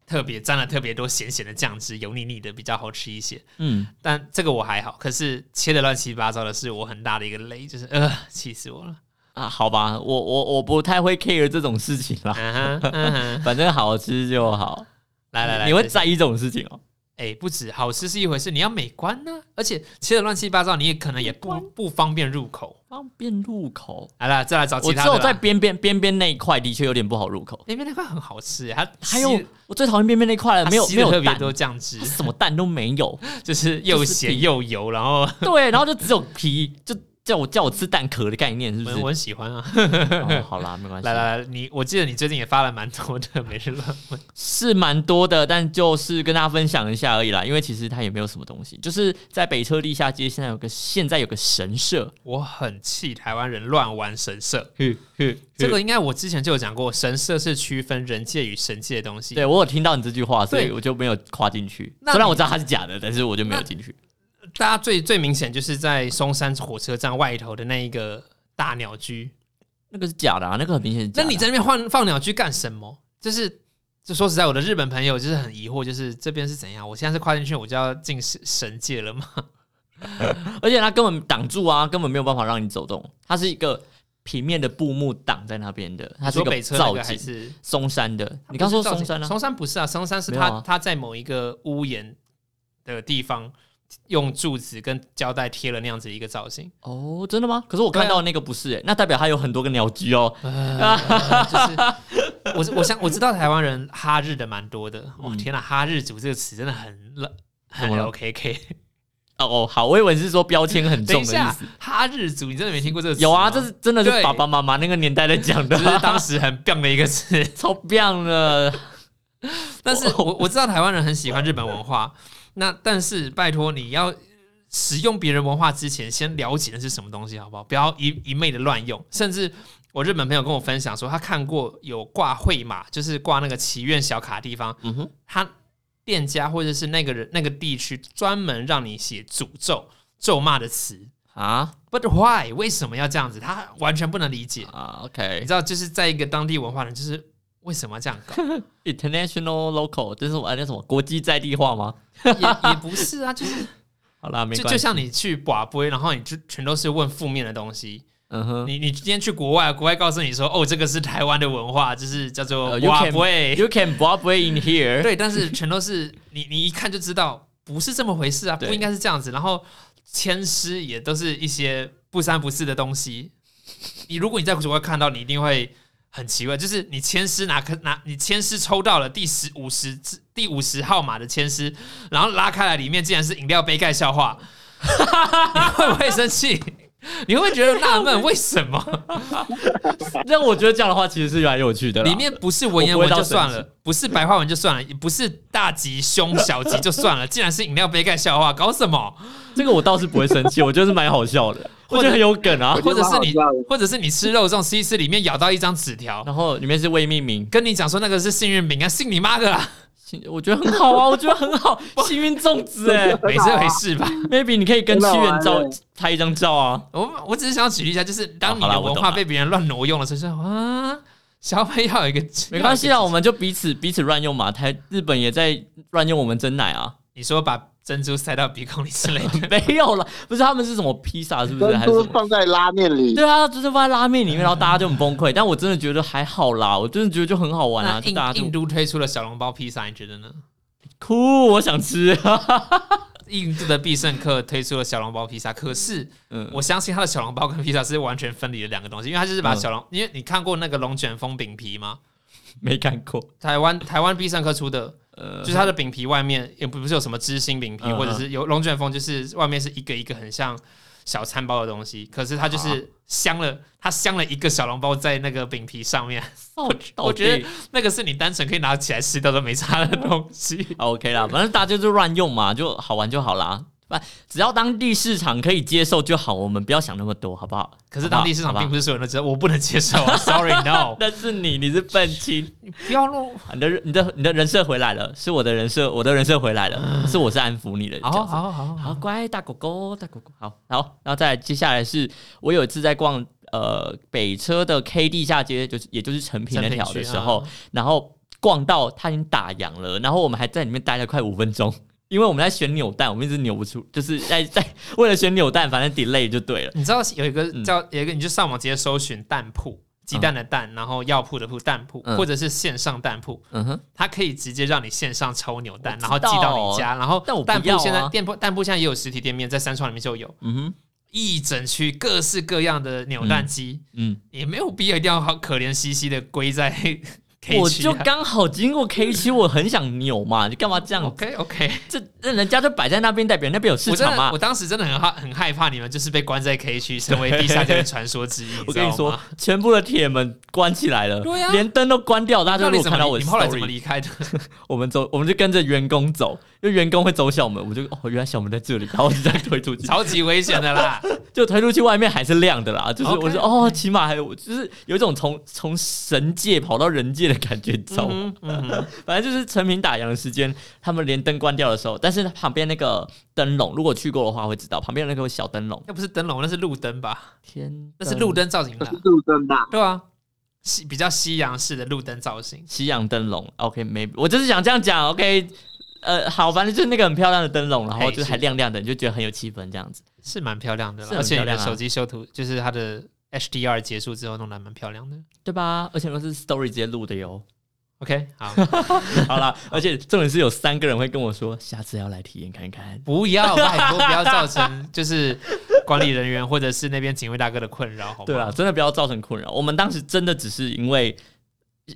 [SPEAKER 3] 特别沾了特别多咸咸的酱汁，油腻腻的比较好吃一些。
[SPEAKER 2] 嗯，
[SPEAKER 3] 但这个我还好，可是切的乱七八糟的是我很大的一个雷，就是呃， 气死我了。
[SPEAKER 2] 啊，好吧，我我我不太会 care 这种事情啦，
[SPEAKER 3] 嗯哼，
[SPEAKER 2] 啊
[SPEAKER 3] 嗯哼，
[SPEAKER 2] 反正好吃就好。
[SPEAKER 3] 来来来，
[SPEAKER 2] 你会
[SPEAKER 3] 这
[SPEAKER 2] 在意这种事情哦？
[SPEAKER 3] 哎、不止好吃是一回事，你要美观呢、而且切的乱七八糟，你也可能也不不方便入口。
[SPEAKER 2] 方便入口，
[SPEAKER 3] 来啦，再来找哦其
[SPEAKER 2] 我只
[SPEAKER 3] 他的啦。哎
[SPEAKER 2] 有在边边边边那一块的确有点不好入口。
[SPEAKER 3] 那边那块很好吃，它
[SPEAKER 2] 还
[SPEAKER 3] 吸
[SPEAKER 2] 有，我最讨厌边边那一块了，
[SPEAKER 3] 它
[SPEAKER 2] 没有
[SPEAKER 3] 吸
[SPEAKER 2] 没
[SPEAKER 3] 了
[SPEAKER 2] 有
[SPEAKER 3] 特别
[SPEAKER 2] 蛋，
[SPEAKER 3] 多酱汁
[SPEAKER 2] 它，什么蛋都没有。
[SPEAKER 3] 就是又咸又油，然后
[SPEAKER 2] 对，然后就只有皮，就叫我叫我吃蛋壳的概念是不
[SPEAKER 3] 我
[SPEAKER 2] 是？
[SPEAKER 3] 我很喜欢啊。
[SPEAKER 2] 哦好啦，没关系，
[SPEAKER 3] 来来来，你我记得你最近也发了蛮多的 每日乱问，
[SPEAKER 2] 是蛮多的，但就是跟大家分享一下而已啦，因为其实它也没有什么东西，就是在北车地下街现在有个现在有个神社，
[SPEAKER 3] 我很气台湾人乱玩神社。
[SPEAKER 2] 嘿嘿，
[SPEAKER 3] 这个应该我之前就有讲过，神社是区分人界与神界的东西。
[SPEAKER 2] 对我有听到你这句话，所以
[SPEAKER 3] 对
[SPEAKER 2] 我就没有跨进去。
[SPEAKER 3] 那
[SPEAKER 2] 虽然
[SPEAKER 3] 你
[SPEAKER 2] 我知道它是假的，但是我就没有进去。
[SPEAKER 3] 大家最最明显就是在松山火车站外头的那一个大鸟居。
[SPEAKER 2] 那个是假的啊，那个很明显是假
[SPEAKER 3] 那
[SPEAKER 2] 的啊。
[SPEAKER 3] 你在那边换放鸟居干什么？就是，就说实在，我的日本朋友就是很疑惑，就是这边是怎样？我现在是跨进去，我就要进神神界了吗？
[SPEAKER 2] 而且它根本挡住啊，根本没有办法让你走动。它是一个平面的布幕挡在那边的，它
[SPEAKER 3] 你
[SPEAKER 2] 是一
[SPEAKER 3] 说
[SPEAKER 2] 个
[SPEAKER 3] 北车那
[SPEAKER 2] 造
[SPEAKER 3] 个还
[SPEAKER 2] 景。
[SPEAKER 3] 是？
[SPEAKER 2] 松山的，你刚说松山
[SPEAKER 3] 啊？
[SPEAKER 2] 啊？
[SPEAKER 3] 松山不是啊，松山是
[SPEAKER 2] 没有啊
[SPEAKER 3] 他他在某一个屋檐的地方用柱子跟胶带贴了那样子一个造 型，
[SPEAKER 2] 哦，真的吗？可是
[SPEAKER 3] 啊
[SPEAKER 2] 我看到的那个不是、欸，那代表它有很多个鸟居哦。
[SPEAKER 3] 呃就是我 我想我知道台湾人哈日的蛮多的，哇
[SPEAKER 2] 嗯
[SPEAKER 3] 天哪，哈日族这个词真的很冷。很
[SPEAKER 2] 怎么了
[SPEAKER 3] LKK，
[SPEAKER 2] 哦，好，我以为是说标签很
[SPEAKER 3] 等
[SPEAKER 2] 重
[SPEAKER 3] 一
[SPEAKER 2] 的意
[SPEAKER 3] 下
[SPEAKER 2] 思。，
[SPEAKER 3] 哈日族，你真的没听过这个词吗？
[SPEAKER 2] 有啊，这是真的
[SPEAKER 3] 对
[SPEAKER 2] 是爸爸妈妈那个年代在讲的
[SPEAKER 3] 只是
[SPEAKER 2] 啊、
[SPEAKER 3] 当时很棒的一个词。
[SPEAKER 2] 超棒了。
[SPEAKER 3] 但是我我知道台湾人很喜欢日本文化，那但是拜托你要使用别人文化之前，先了解的是什么东西，好不好？不要一一昧的乱用。甚至我日本朋友跟我分享说，他看过有挂会马，就是挂那个祈愿小卡的地方，
[SPEAKER 2] 嗯哼，
[SPEAKER 3] 他店家或者是那个人那个地区专门让你写诅咒、咒骂的词。
[SPEAKER 2] 啊
[SPEAKER 3] But why？为什么要这样子？他完全不能理解。
[SPEAKER 2] 啊
[SPEAKER 3] 你
[SPEAKER 2] ，OK，
[SPEAKER 3] 知道，就是在一个当地文化人，就是为什么要这样搞？
[SPEAKER 2] international local，这是我哎那什么国际在地化吗？
[SPEAKER 3] 也也不是啊，就是
[SPEAKER 2] 好啦，没
[SPEAKER 3] 就
[SPEAKER 2] 关
[SPEAKER 3] 就
[SPEAKER 2] 系。
[SPEAKER 3] 像你去寡杯，然后你就全都是问负面的东西。
[SPEAKER 2] 嗯哼
[SPEAKER 3] 你你今天去国外，国外告诉你说，哦，这个是台湾的文化，就是叫做
[SPEAKER 2] 呃，you
[SPEAKER 3] 寡
[SPEAKER 2] can
[SPEAKER 3] 杯。
[SPEAKER 2] you can b o b way in here。
[SPEAKER 3] 对，但是全都是你你一看就知道不是这么回事啊，
[SPEAKER 2] 对
[SPEAKER 3] 不应该是这样子。然后签诗也都是一些不三不四的东西。你如果你在国外看到，你一定会很奇怪，就是你签诗拿可拿你签诗抽到了第十五十字第五十号码的签诗， 然后拉开来里面竟然是饮料杯盖笑话，你会不会生气？ 你会不会觉得纳闷为什么
[SPEAKER 2] 但我觉得这样的话其实是蛮有趣的啦。
[SPEAKER 3] 里面不是文言文就算了，不是白话文就算了，也 不是大吉凶小吉就算了，竟然是饮料杯盖笑话，搞什么？
[SPEAKER 2] 这个我倒是不会生 气，我觉得是蛮好笑的，我觉得很有梗啊。
[SPEAKER 3] 或者是
[SPEAKER 1] 我觉
[SPEAKER 3] 你
[SPEAKER 1] 得蛮好笑的，
[SPEAKER 3] 或者是你吃肉粽吃一吃，里面咬到一张纸条，
[SPEAKER 2] 然后里面是未命名，
[SPEAKER 3] 跟你讲说那个是幸运饼干，啊信你妈的啦！
[SPEAKER 2] 幸我觉得很好啊，我觉得很 好，幸运粽子哎、
[SPEAKER 3] 没事没事吧？
[SPEAKER 2] Maybe 你可以跟
[SPEAKER 1] 真的
[SPEAKER 2] 七
[SPEAKER 1] 好玩
[SPEAKER 2] 元照
[SPEAKER 1] 欸
[SPEAKER 2] 拍一张照啊，
[SPEAKER 3] 我我只是想要举例一下，就是当你
[SPEAKER 2] 好啦
[SPEAKER 3] 的
[SPEAKER 2] 我懂
[SPEAKER 3] 文化
[SPEAKER 2] 了
[SPEAKER 3] 被别人乱挪用了，所以说啊，小朋友要有一个
[SPEAKER 2] 没关系啊，
[SPEAKER 3] 要有
[SPEAKER 2] 我
[SPEAKER 3] 一个
[SPEAKER 2] 们就彼此彼此乱用嘛。台日本也在乱用我们真奶 啊，
[SPEAKER 3] 你说把珍珠塞到鼻孔里之类的，
[SPEAKER 2] 没有了，不是他们是什么披萨是不是还
[SPEAKER 1] 珍珠
[SPEAKER 2] 是什么？
[SPEAKER 1] 放在拉面里，
[SPEAKER 2] 对啊，就是放在拉面里面，然后大家就很崩溃。 但我真的觉得还好啦，我真的觉得就很 好玩啊，
[SPEAKER 3] 那
[SPEAKER 2] 就大家
[SPEAKER 3] 印
[SPEAKER 2] 就
[SPEAKER 3] 印度推出了小笼包披萨，你觉得呢？
[SPEAKER 2] 哭，我想吃。
[SPEAKER 3] 印度的必胜客推出了小笼包披萨，可是
[SPEAKER 2] 嗯，
[SPEAKER 3] 我相信它的小笼包跟披萨是完全分离的两个东西，因为它就是把
[SPEAKER 2] 嗯
[SPEAKER 3] 小笼，因为你看过那个龙卷风饼皮吗？
[SPEAKER 2] 没看过，
[SPEAKER 3] 台湾台湾必胜客出的，
[SPEAKER 2] 呃，
[SPEAKER 3] 就是它的饼皮外面也不不是有什么芝心饼皮，
[SPEAKER 2] 嗯嗯
[SPEAKER 3] 或者是有龙卷风，就是外面是一个一个很像小餐包的东西，可是它就
[SPEAKER 2] 啊
[SPEAKER 3] 是镶了，它镶了一个小笼包在那个饼皮上面，
[SPEAKER 2] 我
[SPEAKER 3] 我 觉得那个是你单纯可以拿起来吃掉都没差的东西。
[SPEAKER 2] OK 啦，反正大家就乱用嘛，就好玩就好啦。反只要当地市场可以接受就好，我们不要想那么多，好不好？
[SPEAKER 3] 可是当地市场
[SPEAKER 2] 好吧
[SPEAKER 3] 并不是所有人都知道，我不能接受啊 ，sorry no，
[SPEAKER 2] 但是你，你是愤青，
[SPEAKER 3] 不要弄。
[SPEAKER 2] 啊你的人你的你的人设回来了，是我的人设，我的人设回来了，是我是安抚你的角
[SPEAKER 3] 好
[SPEAKER 2] 色。
[SPEAKER 3] 好好好
[SPEAKER 2] 啊好乖，大狗狗，大狗狗，好好，然后再来接下来是我有一次在逛呃北车的 K 地下街，就是也就是成品那啊条的时候，
[SPEAKER 3] 成
[SPEAKER 2] 然后逛到它已经打烊了，然后我们还在里面待了快五分钟，因为我们在选扭蛋，我们一直扭不出，就是在在为了选扭蛋，反正 delay 就对了。
[SPEAKER 3] 你知道有一个
[SPEAKER 2] 嗯
[SPEAKER 3] 叫、有一个，你就上网直接搜寻蛋铺，鸡蛋的蛋，然后药铺的铺蛋铺，
[SPEAKER 2] 嗯
[SPEAKER 3] 或者是线上蛋铺，
[SPEAKER 2] 嗯哼，
[SPEAKER 3] 它可以直接让你线上抽扭蛋，
[SPEAKER 2] 我知
[SPEAKER 3] 然
[SPEAKER 2] 道哦
[SPEAKER 3] 后寄到你家。然后
[SPEAKER 2] 但我不
[SPEAKER 3] 蛋铺
[SPEAKER 2] 要
[SPEAKER 3] 现在
[SPEAKER 2] 啊
[SPEAKER 3] 店铺蛋铺现在也有实体店面，在三创里面就有
[SPEAKER 2] 嗯哼，
[SPEAKER 3] 一整区各式各样的扭蛋机，
[SPEAKER 2] 嗯，
[SPEAKER 3] 也没有必要一定要好可怜兮兮的归在 K
[SPEAKER 2] 我
[SPEAKER 3] 区、
[SPEAKER 2] 就
[SPEAKER 3] 啊。
[SPEAKER 2] 刚好经过 K 区，我很想扭嘛，你干嘛这样？
[SPEAKER 3] OK OK，
[SPEAKER 2] 这那人家就摆在那边，代表那边有市
[SPEAKER 3] 我真
[SPEAKER 2] 场
[SPEAKER 3] 的
[SPEAKER 2] 嘛
[SPEAKER 3] 我。当时真的很害很害怕你们就是被关在 K 区，成为地下街的传说之一。
[SPEAKER 2] 我跟你
[SPEAKER 3] 知道
[SPEAKER 2] 说
[SPEAKER 3] 吗，，
[SPEAKER 2] 全部的铁门关起来了，
[SPEAKER 3] 对啊
[SPEAKER 2] 连灯都关掉，大家
[SPEAKER 3] 那
[SPEAKER 2] 就如
[SPEAKER 3] 你
[SPEAKER 2] 果
[SPEAKER 3] 怎么
[SPEAKER 2] 看到
[SPEAKER 3] 离
[SPEAKER 2] 我的
[SPEAKER 3] 你们后来怎么
[SPEAKER 2] story，
[SPEAKER 3] 离开的？
[SPEAKER 2] 我们走，我们就跟着员工走，因为员工会走小门，我就哦，原来小门在这里，然后我就这样推出 去，
[SPEAKER 3] 超级危险的 啦！
[SPEAKER 2] 就推出去，外面还是亮的啦，就是
[SPEAKER 3] OK
[SPEAKER 2] 我说哦，起码还有，就是有一种从从神界跑到人界的感觉，你知道吗？
[SPEAKER 3] 嗯嗯，
[SPEAKER 2] 反正就是成品打烊的时间，他们连灯关掉的时候，但是旁边那个灯笼，如果去过的话会知道，旁边有那个小灯笼，
[SPEAKER 3] 那不是灯笼，那是路灯吧？
[SPEAKER 2] 天，
[SPEAKER 3] 那是路灯造型
[SPEAKER 1] 可
[SPEAKER 3] 啦
[SPEAKER 1] 是。
[SPEAKER 2] 嗯
[SPEAKER 1] 路灯吧？
[SPEAKER 3] 对啊，西比较西洋式的路灯造型。
[SPEAKER 2] 西洋灯笼，OK，没，我就是想这样讲，OK，呃，好，反正就是那个很漂亮的灯笼，然后
[SPEAKER 3] 嘿
[SPEAKER 2] 就是还亮亮的，你就觉得很有气氛这样子。
[SPEAKER 3] 是蛮漂亮的啦，
[SPEAKER 2] 是很
[SPEAKER 3] 而且你
[SPEAKER 2] 漂
[SPEAKER 3] 的
[SPEAKER 2] 亮啊
[SPEAKER 3] 手机修图就是它的 HDR 结束之后弄得还蛮漂亮的。
[SPEAKER 2] 对吧？而且都是 story 直接录的哟。
[SPEAKER 3] OK，好，
[SPEAKER 2] 好 啦，而且重点是有三个人会跟我说，下次要来体验看看。
[SPEAKER 3] 不要拜托，不要造成就是管理人员或者是那边警卫大哥的困扰，好吗？
[SPEAKER 2] 对啊，，真的不要造成困扰。我们当时真的只是因为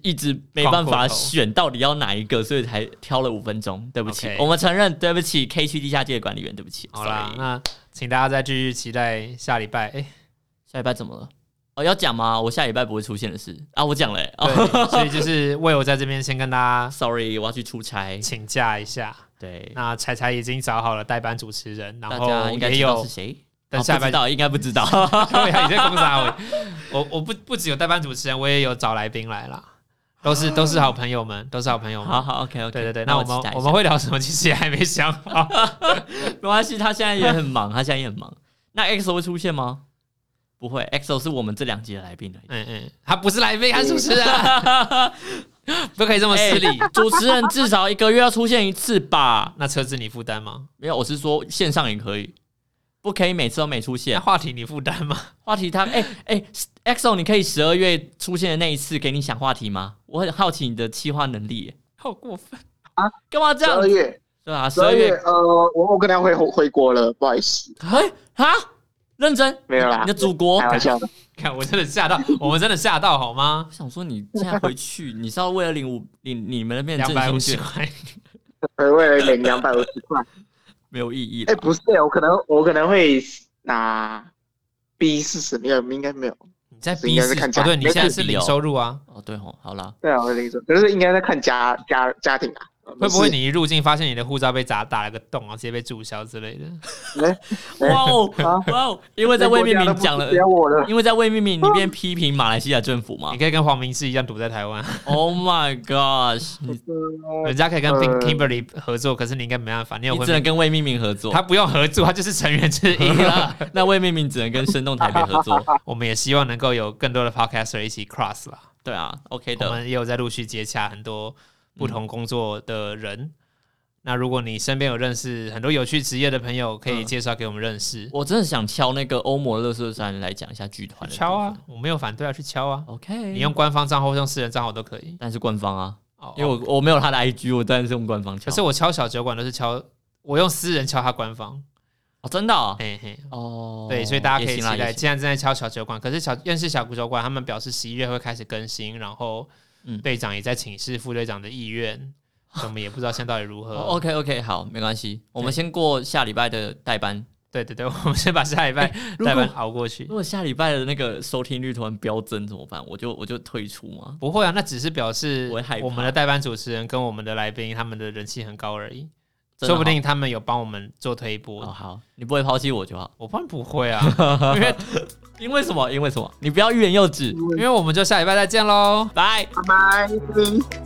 [SPEAKER 2] 一直没办
[SPEAKER 3] 逛过
[SPEAKER 2] 法
[SPEAKER 3] 头
[SPEAKER 2] 选到底要哪一个，所以才挑了五分钟。对不起
[SPEAKER 3] OK
[SPEAKER 2] 我们承认，对不起，K 区地下街的管理员，对不起。
[SPEAKER 3] 好啦，
[SPEAKER 2] sorry
[SPEAKER 3] 那请大家再继续期待下礼拜。哎、
[SPEAKER 2] 下礼拜怎么了？哦，要讲吗？我下礼拜不会出现的事啊，我讲了、欸。哦
[SPEAKER 3] 对，所以就是为我在这边先跟大家
[SPEAKER 2] Sorry，我要去出差。
[SPEAKER 3] 请假一下。
[SPEAKER 2] 对，
[SPEAKER 3] 那柴柴已经找好了代班主持人，然
[SPEAKER 2] 大
[SPEAKER 3] 后
[SPEAKER 2] 家应该
[SPEAKER 3] 也
[SPEAKER 2] 知道
[SPEAKER 3] 有
[SPEAKER 2] 是，谁。
[SPEAKER 3] 但
[SPEAKER 2] 啊
[SPEAKER 3] 下
[SPEAKER 2] 不
[SPEAKER 3] 班
[SPEAKER 2] 知道，应该不知道。
[SPEAKER 3] 对啊，你在攻杀我。我我不不只有代班主持人，我也有找来宾来啦，都是都是好朋友们，都是好朋友
[SPEAKER 2] 好
[SPEAKER 3] 们。
[SPEAKER 2] 好，OK OK。
[SPEAKER 3] 对对对，那我们
[SPEAKER 2] 期待一下
[SPEAKER 3] 我们会聊什么？其实也还没想 好。
[SPEAKER 2] 没关系，他现在也很忙，他现在也很忙。那 EXO 会出现吗？不会，EXO 是我们这两集的来宾而已。
[SPEAKER 3] 嗯嗯，他不是来宾，他是主持人啊， 不可以这
[SPEAKER 2] 哎
[SPEAKER 3] 么失礼。
[SPEAKER 2] 主持人至少一个月要出现一次吧？
[SPEAKER 3] 那车子你负担吗？
[SPEAKER 2] 没有，我是说线上也可以，不可以每次都没出
[SPEAKER 3] 那
[SPEAKER 2] 现。
[SPEAKER 3] 话题你负担吗？
[SPEAKER 2] 话题他哎哎，EXO，你可以十二月出现的那一次给你想话题吗？我很好奇你的企划能力耶。
[SPEAKER 3] 好过分！
[SPEAKER 2] 干嘛这
[SPEAKER 1] 十
[SPEAKER 2] 样
[SPEAKER 1] 二？月，
[SPEAKER 2] 对啊，
[SPEAKER 1] 十
[SPEAKER 2] 十
[SPEAKER 1] 二
[SPEAKER 2] 二
[SPEAKER 1] 月
[SPEAKER 2] 月，
[SPEAKER 1] 呃，我我可能要回回国了，不好意思，
[SPEAKER 2] 哎啊，认真
[SPEAKER 1] 没有啦
[SPEAKER 2] 你的，祖国
[SPEAKER 1] 开玩笑的。
[SPEAKER 3] 看我真的吓到，我们真的吓到好吗
[SPEAKER 2] 我？想说你现在回去， 你是要为了领五领你们那边的
[SPEAKER 3] 两百
[SPEAKER 2] 振
[SPEAKER 3] 五
[SPEAKER 2] 兴
[SPEAKER 3] 十
[SPEAKER 2] 券，
[SPEAKER 3] 块，
[SPEAKER 1] 呃，为了领两百五十块，
[SPEAKER 2] 没有意义
[SPEAKER 1] 哎、
[SPEAKER 2] 了。
[SPEAKER 1] 不是、我可能我可能会拿 B 四十六应该没有，
[SPEAKER 3] 你在
[SPEAKER 1] 应
[SPEAKER 3] B
[SPEAKER 1] 该是
[SPEAKER 3] 四
[SPEAKER 1] 看
[SPEAKER 3] 哦
[SPEAKER 1] 家，
[SPEAKER 3] 对你
[SPEAKER 1] 没
[SPEAKER 3] 现在
[SPEAKER 2] 自
[SPEAKER 3] 是
[SPEAKER 2] 比
[SPEAKER 3] 零
[SPEAKER 2] 哦
[SPEAKER 3] 收入啊，
[SPEAKER 2] 哦，对哦，好啦，
[SPEAKER 1] 对啊，我的意思，可是应该在看家家家庭啊，
[SPEAKER 3] 会不会
[SPEAKER 1] 没
[SPEAKER 3] 你一入境发现你的护照被砸打了个洞，然啊后直接被注销 之类的？
[SPEAKER 1] 哎
[SPEAKER 2] 哇哦
[SPEAKER 1] 啊
[SPEAKER 2] 哇哦，因为在魏明明讲了
[SPEAKER 1] 别，我了，
[SPEAKER 2] 因为在魏明明里面批评马来西亚政府嘛
[SPEAKER 3] 你可以跟黄明志一样躲在台 湾，啊
[SPEAKER 2] ，Oh my gosh，你
[SPEAKER 3] 人家可以跟 Pink
[SPEAKER 1] 呃
[SPEAKER 3] Kimberly 合作，可是你应该没办法，你有
[SPEAKER 2] 你
[SPEAKER 3] 会
[SPEAKER 2] 只能跟魏明明合作
[SPEAKER 3] 他，不用合作，他就是成员之一
[SPEAKER 2] 啊
[SPEAKER 3] 了。
[SPEAKER 2] 那魏明明只能跟生动台北合作，
[SPEAKER 3] 我们也希望能够有更多的
[SPEAKER 2] 啊
[SPEAKER 3] podcaster 一起 cross 啦。
[SPEAKER 2] 对啊，OK
[SPEAKER 3] 我
[SPEAKER 2] 的，
[SPEAKER 3] 们也有在陆续接洽很多不同工作的人。
[SPEAKER 2] 嗯
[SPEAKER 3] 那如果你身边有认识很多有趣职业的朋友，可以
[SPEAKER 2] 嗯
[SPEAKER 3] 介绍给我们认识。
[SPEAKER 2] 我真的想敲那个欧摩乐色山来讲一下剧团，
[SPEAKER 3] 去敲啊，我没有反对啊，去敲啊。
[SPEAKER 2] ，OK，
[SPEAKER 3] 你用官方账号或用私人账号都可以。
[SPEAKER 2] 但是官方啊，
[SPEAKER 3] 哦，
[SPEAKER 2] 因为
[SPEAKER 3] 哦
[SPEAKER 2] 我我没有他的 IG，我当然是用官方敲，
[SPEAKER 3] 可是我敲小酒馆都是敲，我用私人敲他官方。
[SPEAKER 2] 哦真的哦
[SPEAKER 3] 嘿嘿，
[SPEAKER 2] 哦，
[SPEAKER 3] 对，所以大家可以
[SPEAKER 2] 也
[SPEAKER 3] 期
[SPEAKER 2] 行啦
[SPEAKER 3] 待。
[SPEAKER 2] 也行
[SPEAKER 3] 现在正在敲小酒馆，可是小认识小酒馆，他们表示十一月会开始更新，然后
[SPEAKER 2] 嗯
[SPEAKER 3] 队长也在请示副队长的意愿，我们也不知道现在到底如何。
[SPEAKER 2] 哦 OK OK，好，没关系，我们先过下礼拜的代班。
[SPEAKER 3] 对对对，我们先把下礼拜
[SPEAKER 2] 如
[SPEAKER 3] 代班
[SPEAKER 2] 果
[SPEAKER 3] 熬过去
[SPEAKER 2] 如。果下礼拜的那个收听率突然飙增怎么办？我就我就退出嘛。
[SPEAKER 3] 不会啊，那只是表示
[SPEAKER 2] 我会害怕
[SPEAKER 3] 我们的代班主持人跟我们的来宾他们的人气很高而已，
[SPEAKER 2] 真的
[SPEAKER 3] 说不
[SPEAKER 2] 好
[SPEAKER 3] 定他们有帮我们做推波。
[SPEAKER 2] 哦，好，你不会抛弃我就好。
[SPEAKER 3] 我当然不 会啊，
[SPEAKER 2] 因为因为什么？因为什么？你不要欲言又止。
[SPEAKER 3] 因为我们就下礼拜再见喽。
[SPEAKER 2] 拜。
[SPEAKER 1] 拜拜。